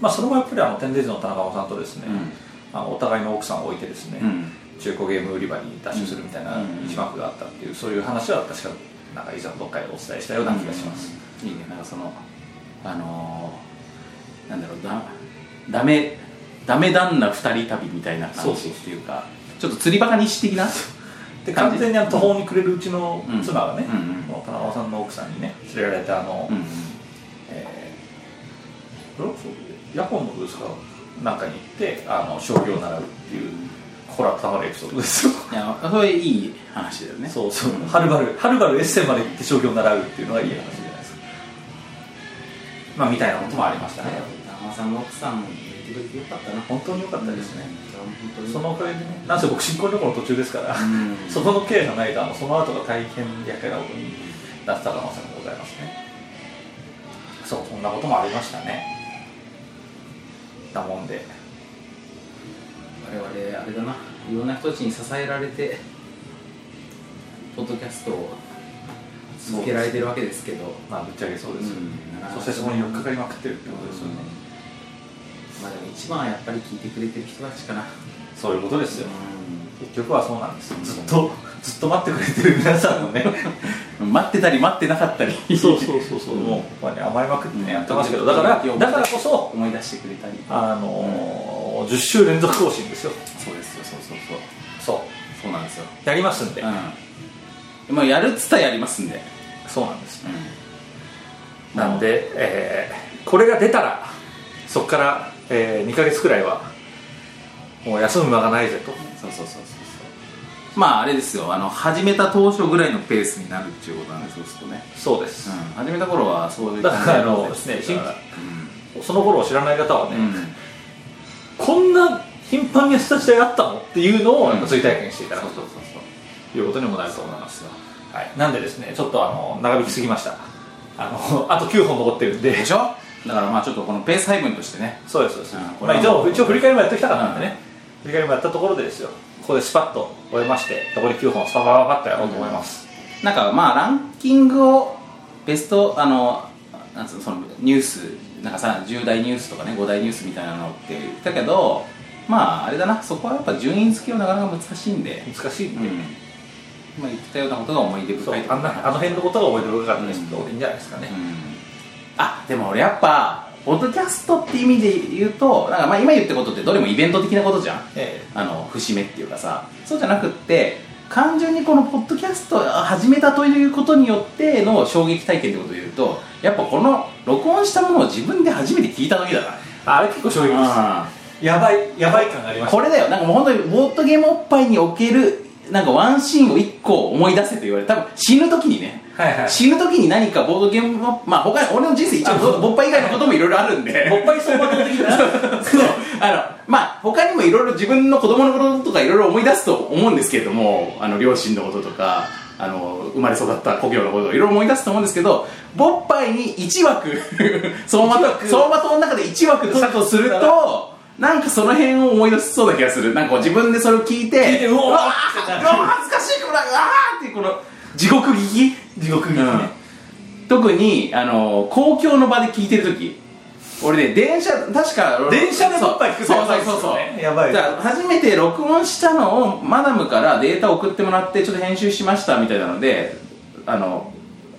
S3: まあ、それもやっぱりあのテンデイズの田中さんとですね、
S2: うん
S3: あのお互いの奥さんを置いてですね、
S2: うん
S3: 中古ゲーム売り場にダッシュするみたいな
S2: うん
S3: 一幕があったっていう、そういう話は確かなんか以前どっかでお伝えしたような気がします、
S2: いいねなんかそのあのー、なんだろうだダメダメ旦那二人旅みたいな
S3: そ
S2: 感
S3: うそ
S2: じ
S3: う
S2: っていうかちょっと釣りバカ日誌的な
S3: で完全にあの途方に暮れるうちの
S2: うん
S3: 妻がね、
S2: うんうん
S3: もう田中さんの奥さんにね連れられてあの、
S2: うん
S3: えーこれはそうヤコンのブースかなんかに行ってあの将棋を習うっていうこれはたまるエピソードですよ
S2: いやそれいい話だよね
S3: そうそう、
S2: ん
S3: はるばるはるばるエッセンまで行って将棋を習うっていうのがいい話じゃないですかまあみたいなこともありましたね
S2: 生さんの奥さんも言ってくれてよかったな
S3: 本当に良かったですね、
S2: うん
S3: そのおかげでねなんせ僕新婚旅行の途中ですから、
S2: うん
S3: そこの経がないとあのその後が大変やけなことになった可能性もございますねそうそんなこともありましたねだもんで
S2: 我々あれだないろんな人たちに支えられてポッドキャストを続けられてるわけですけど
S3: まあぶっちゃけそうですよね、
S2: うん
S3: そしてそこに寄っかかりまくってるってことですよね、
S2: まあでも一番はやっぱり聞いてくれてる人たちかな
S3: そういうことですよ、
S2: う
S3: 結局はそうなんですよずっとずっと待ってくれてる皆さんのね
S2: ん待ってたり待ってなかったり
S3: うそうそうもうここに甘えまくってねやってますけど
S2: うん
S3: だからだからこそ
S2: 思い出してくれたり
S3: あのー10週連続更新ですよ
S2: そうですよそうそうそう
S3: そう
S2: そうなんですよ
S3: やりますんで、
S2: うんまあやるっつったらやりますんで
S3: そうなんです
S2: うん
S3: なんで、えーこれが出たらそこから、え2ヶ月くらいはもう休む間がないぜと
S2: そうそうそうそうそうまああれですよあの始めた当初ぐらいのペースになるっていうことなんですよそうするとね、
S3: そうです
S2: うん、、始めた頃はそういう
S3: だからあ
S2: 感じ
S3: の
S2: だったん
S3: ですね
S2: けど
S3: その頃を知らない方はね、
S2: うん、
S3: こんな頻繁にした時代あったのっていうのをやっぱ追体験していただ
S2: そう
S3: く
S2: そうそうそ
S3: ということにもなると思いますよ、はい、なんでですねちょっとあの長引きすぎましたあの あと9本残ってるんで
S2: うでしょだからまあちょっとこのペース配分としてね
S3: そうですそうで
S2: う
S3: す、
S2: んこ
S3: ま
S2: れは
S3: あ、一応
S2: もう
S3: 一応振り返りもやってきたからなんでね、振り返りもやったところでですよここでスパッと終えまして残り9本スパパパパッとやろうと思います、
S2: なんかまあランキングをベストあのなんつうのそのニュースなんかさ10大ニュースとかね5大ニュースみたいなのって言ったけどまああれだなそこはやっぱ順位付けはなかなか難しいんで、
S3: 難しいんで、
S2: うん、まあ言ってたようなことが思い出
S3: そう
S2: 深いとこ
S3: あ
S2: ろ
S3: ん
S2: か
S3: なあの辺のことが覚えてるかったですけど、
S2: うん
S3: いいんじゃないですかね、
S2: あでも俺やっぱポッドキャストって意味で言うとなんかまあ今言ったことってどれもイベント的なことじゃん
S3: え
S2: あの節目っていうかさそうじゃなくって単純にこのポッドキャストを始めたということによっての衝撃体験ってことで言うとやっぱこの録音したものを自分で初めて聞いた時だな
S3: えあれ結構衝撃ですやばいやばい感がありました
S2: これだよなんかもう本当にボートゲームおっぱいにおけるなんかワンシーンを1個思い出せと言われた多分死ぬ時にね
S3: はいはい
S2: 死ぬ時に何かボードゲームのまあ他に俺の人生一応ボードボッパイ以外のこともいろいろあるんで
S3: もっぱい相場的 な
S2: そうあのまあ他にもいろいろ自分の子供のこととかいろいろ思い出すと思うんですけれどもあの両親のこととかあの生まれ育った故郷のこといろいろ思い出すと思うんですけどボッパイに1枠 相馬
S3: 一
S2: と
S3: 枠
S2: 相馬灯の中で1枠としたとするとなんかその辺を思い出しそうな気がするなんかこう自分でそれを聞いて
S3: 聞いてうおー
S2: わーってなるうわー恥ずかしいこれうわーってこの地獄聞き
S3: 地獄にね、
S2: うん、特にあの公共の場で聞いてる時俺ね電車確か
S3: 電車で
S2: そう
S3: ばっかり聞く
S2: そう
S3: やばいっす
S2: そ
S3: よ
S2: うそうそう
S3: ねやばい
S2: だから初めて録音したのをマダムからデータ送ってもらってちょっと編集しましたみたいなのであの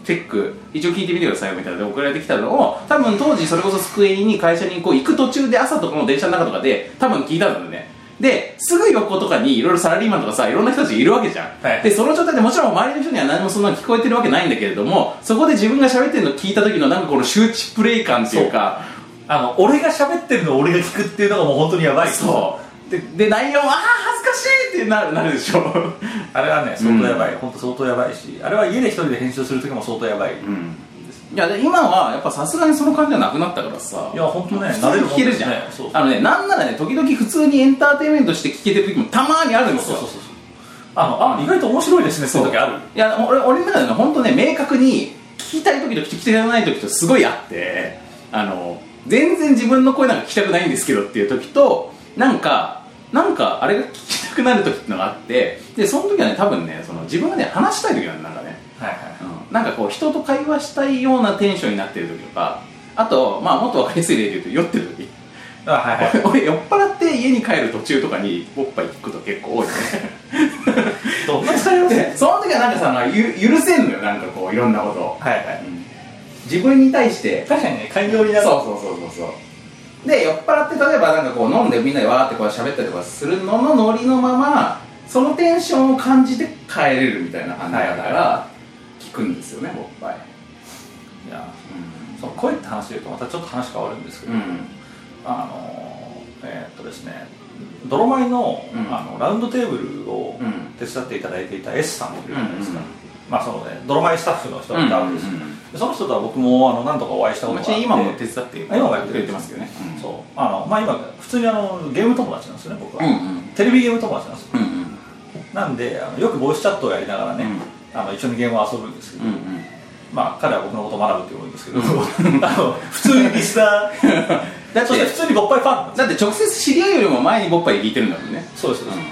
S2: チェック一応聞いてみてくださいみたいなので送られてきたのを多分当時それこそ机に会社にこう行く途中で朝とかの電車の中とかで多分聞いたんだよねですぐ横とかにいろいろサラリーマンとかさいろんな人たちいるわけじゃん、
S3: はい
S2: でその状態でもちろん周りの人には何もそんなの聞こえてるわけないんだけれどもそこで自分が喋ってるのを聞いた時のなんかこの周知プレイ感っていうか
S3: あの俺が喋ってるのを俺が聞くっていうのがもう本当にやばい
S2: そうでで内容はあー恥ずかしいってなるなるでしょ
S3: あれはね相当やばい、
S2: うん
S3: 本当相当やばいしあれは家で一人で編集する時も相当やばい、
S2: うんいやで今はやっぱさすがにその感じはなくなったからさ
S3: いや本当ね
S2: 普通に聞けるじゃん、
S3: 慣れるもんですねそう
S2: あのねなんならね時々普通にエンターテインメントして聞けてる時もたまにあるんです
S3: そう
S2: よ
S3: そうそうそうあのあ意外と面白いですねって時ある
S2: いや俺俺の中でね本当ね明確に聞きたい時と聞きたくない時とすごいあってあの全然自分の声なんか聞きたくないんですけどっていう時となんかなんかあれが聞きたくなる時ってのがあってでその時はね多分ねその自分がね話したい時なんだなんかね
S3: はいはい
S2: うんなんかこう人と会話したいようなテンションになってる時とかあとまあもっと分かりやすい例で言うと酔ってる時
S3: あはい はい
S2: 俺酔っ払って家に帰る途中とかにおっぱい聞くこと結構多いね
S3: どんな疲れます
S2: で その時はなんかさまあゆ許せんのよなんかこういろんなことを、
S3: はいはい
S2: うん自分に対して
S3: 確かにね開業に
S2: そ
S3: な
S2: う
S3: る
S2: そうそうそうそうで酔っ払って例えばなんかこう飲んでみんなでわーってこう喋ったりとかするののノリのままそのテンションを感じて帰れるみたいな感じだか
S3: はいはい
S2: ら聞くんですよねおっぱい、
S3: いやその声って話で言うとまたちょっと話変わるんですけど、
S2: うん
S3: あのえーっとですね泥米の,、
S2: うん
S3: あのラウンドテーブルを
S2: うん
S3: 手伝っていただいていた S さんっていううんじ
S2: うん
S3: ゃないですか、まあそのね泥米スタッフの人
S2: うん
S3: がいたわけですよ、でその人とは僕もあの何度かお会いしたことがあって
S2: 今も手伝って
S3: 今もやっ
S2: く
S3: てくれ
S2: れ
S3: て
S2: て
S3: ま
S2: ますす
S3: け
S2: け
S3: ど
S2: ど
S3: ね
S2: ね、
S3: そうあのまあ今普通にあのゲーム友達なんですよね僕は、
S2: うん
S3: テレビゲーム友達なんですよ
S2: うんうん
S3: なんであのよくボイスチャットをやりながらね、あの一緒にゲームを遊ぶんですけど、
S2: うんうん
S3: まあ彼は僕のことを学ぶって思うんですけど あの普通にリスナー
S2: だっ
S3: そして
S2: て
S3: 普通にボッパイファンなんですよ
S2: だって直接知り合いよりも前にボッパイ聞いてるんだもんね
S3: そうですそうです、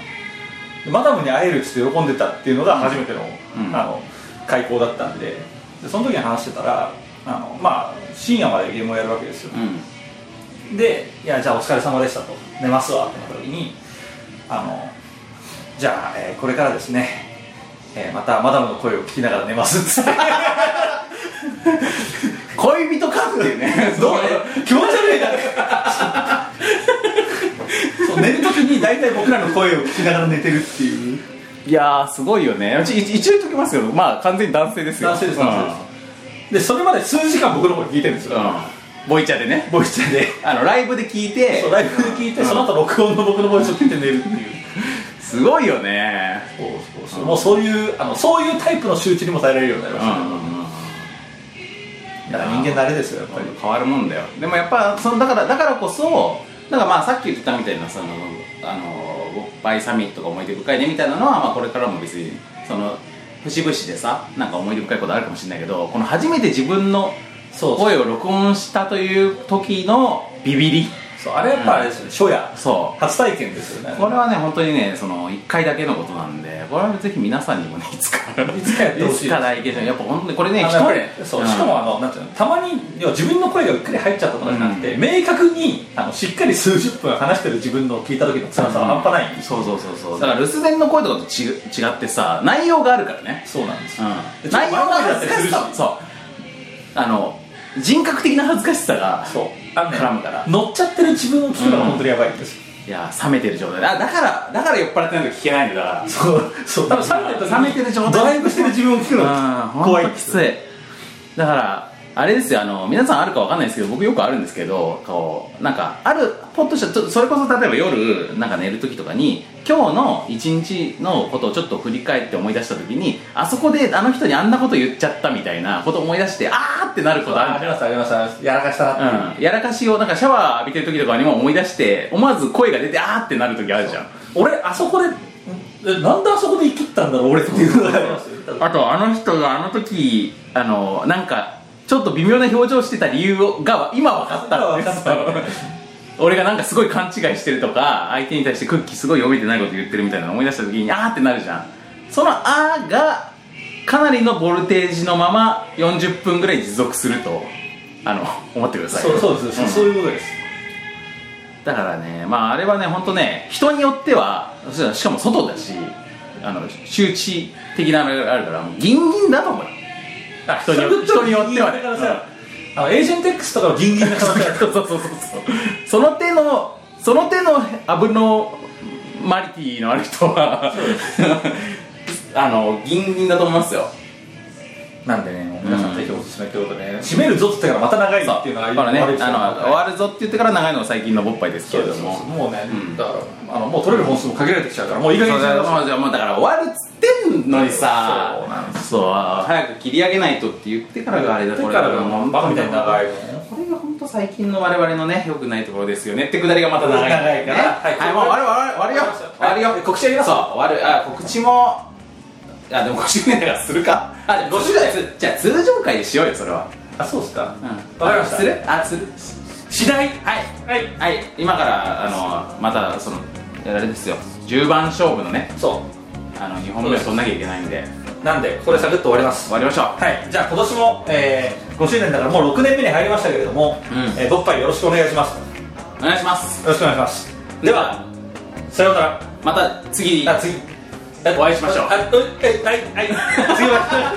S3: でマダムに会えるっつって喜んでたっていうのが初めての,、
S2: うん
S3: あの開講だったんででその時に話してたらあのまあ深夜までゲームをやるわけですよ、
S2: うん
S3: で「いやじゃあお疲れ様でした」と「寝ますわ」ってなった時にあの「じゃあ、えーこれからですね、えーまたマダムの声を聞きながら寝ます」 っつって
S2: 恋人かっていう ね
S3: どう気持ち悪 いなそう寝る時に大体僕らの声を聞きながら寝てるっていう
S2: いやーすごいよねうち一一応言っときますけどまあ完全に男性ですよ
S3: 男性です男性ですでそれまで数時間僕の声聞いてるんです
S2: うん
S3: よ、
S2: うんボイチャでね
S3: ボイスで
S2: あのライブで聞いて
S3: そうライブで聞いて、
S2: うん
S3: その後録音の僕のボイスを聞いて寝るっていう
S2: すごいよね
S3: そうそうそう、もうそういうあのそういうタイプの周知にも耐えられるようになり
S2: う
S3: ま
S2: ん
S3: したね、だから人間
S2: だ
S3: 慣れですよやっぱり
S2: 変わるもんだよでもやっぱそのだからだからこそだからまあさっき言ったみたいなそのあのおっぱいサミットが思い出深いねみたいなのは、まあ、これからも別にその節々でさなんか思い出深いことあるかもしれないけどこの初めて自分の
S3: そうそう
S2: 声を録音したという時のビビり
S3: そうあれやっぱあれですよね、初夜
S2: そ
S3: 初体験ですよ
S2: う
S3: ね
S2: これはね本当にねその1回だけのことなんでこれはぜひ皆さんにもねいつか
S3: いつかやってほしいです
S2: いつか来けじゃんやっぱ本当にこれね
S3: あ
S2: 一
S3: のやっぱり
S2: 人
S3: そう、
S2: ん
S3: しかもあのなんていうのたまに要は自分の声がうっかり入っちゃったとかじゃなくて、明確にあのしっかり数十分話してる自分のを聞いた時の辛さは半端ない、
S2: そうそうそうそうだから留守電の声とかとち違ってさ内容があるからね、
S3: そうなんです
S2: う
S3: よ、
S2: ん、
S3: ちょっと
S2: 内容の恥ずかし
S3: 前のめりだったり
S2: さ
S3: するし
S2: そうあの人格的な恥ずかしさが
S3: そうあのね
S2: 絡むから
S3: 乗っちゃってる自分を聞くのが本当にやばいんですよ、
S2: いや冷めてる状態だだからだから酔っ払ってないと聞けないんだから
S3: そう そう多分冷めてる
S2: 冷めてる状態
S3: ドライブしてる自分を聞くのが
S2: うん
S3: 怖い
S2: ほんときついだからあれですよあの皆さんあるかわかんないですけど僕よくあるんですけどこうなんかあるポッとしたちょそれこそ例えば夜なんか寝る時とかに今日の一日のことをちょっと振り返って思い出した時にあそこであの人にあんなこと言っちゃったみたいなことを思い出してあーってなることある
S3: あありますありますありますやらかしたなっていう、
S2: うん、やらかしをなんかシャワー浴びてる時とかにも思い出して思わず声が出てあーってなる時あるじゃん
S3: 俺あそこでんえなんであそこで生きったんだろう俺っていうのがありますよ
S2: あとあの人があの時あのなんかちょっと微妙な表情してた理由が今分かった
S3: 今分かった
S2: そう俺がなんかすごい勘違いしてるとか相手に対してクッキーすごい読めてないこと言ってるみたいなの思い出した時にあーってなるじゃんそのあーがかなりのボルテージのまま40分ぐらい持続するとあの思ってください
S3: そうそうです、
S2: ん
S3: そういうことです
S2: だからねまああれはね本当ね人によってはそしたらしかも外だしあの周知的なあれがあるからもうギンギンだと思うよあ人によ人によってはね、
S3: だからさあのエージェント X とかはギンギンな可能性ある
S2: そうそうそうそうその手のその手のアブのマリティのある人はあのギンギンだと思いますよなんでねもう皆
S3: 皆
S2: さ
S3: さ
S2: ん
S3: ん
S2: ぜ
S3: ぜ
S2: ひ
S3: ひおすすめということでね締めるぞって言ったからまた長いっていうのが
S2: だからねあ
S3: 言われてたから
S2: の終わるぞって言ってから長いのが最近の勃発ですけ
S3: そう
S2: れ
S3: で
S2: ど
S3: す
S2: も
S3: もうね、
S2: うん
S3: だからあのもう取れる本数も限られてきちゃうからもういい加減
S2: そう
S3: に
S2: だ
S3: して
S2: か
S3: く
S2: らも
S3: ださい
S2: うじゃあもうだから終わるっつってんのにさ
S3: そうなんで
S2: そう早く切り上げないとって言ってからがあれだ
S3: だ
S2: こ
S3: か
S2: れ
S3: らもうバカみたいに長いの
S2: これが本当最近の我々のね良くないところですよねってくだりがまた長い
S3: 長いから
S2: ね
S3: はい
S2: はいもう終わる終わる終わるよ
S3: わかりまし
S2: 終
S3: た
S2: わるよ
S3: はい告知やります
S2: そう終わるあ告知もあでも5周年だからするかあでも5周年つじゃあ通常会でしようよそれは
S3: あそうっすか、
S2: うん
S3: わかりました
S2: あするあする
S3: 次第
S2: はい
S3: はい
S2: はい今からあのまたそのあれですよ10番勝負のね
S3: そ
S2: あの2本目を取んなきゃいけないんで
S3: うなんでこれサクッと終わります
S2: 終わりましょう
S3: はいじゃあ今年も、えー、5周年だからもう6年目に入りましたけれども、
S2: うん
S3: えー、ボッパイよろしくお願いしますよ
S2: お願いします
S3: ろしくお願いしますではさようなら
S2: また次
S3: あ次
S2: お会いしましょう
S3: あええはいはい次は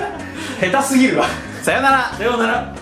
S3: 下手すぎるわ
S2: さよなら
S3: さようなら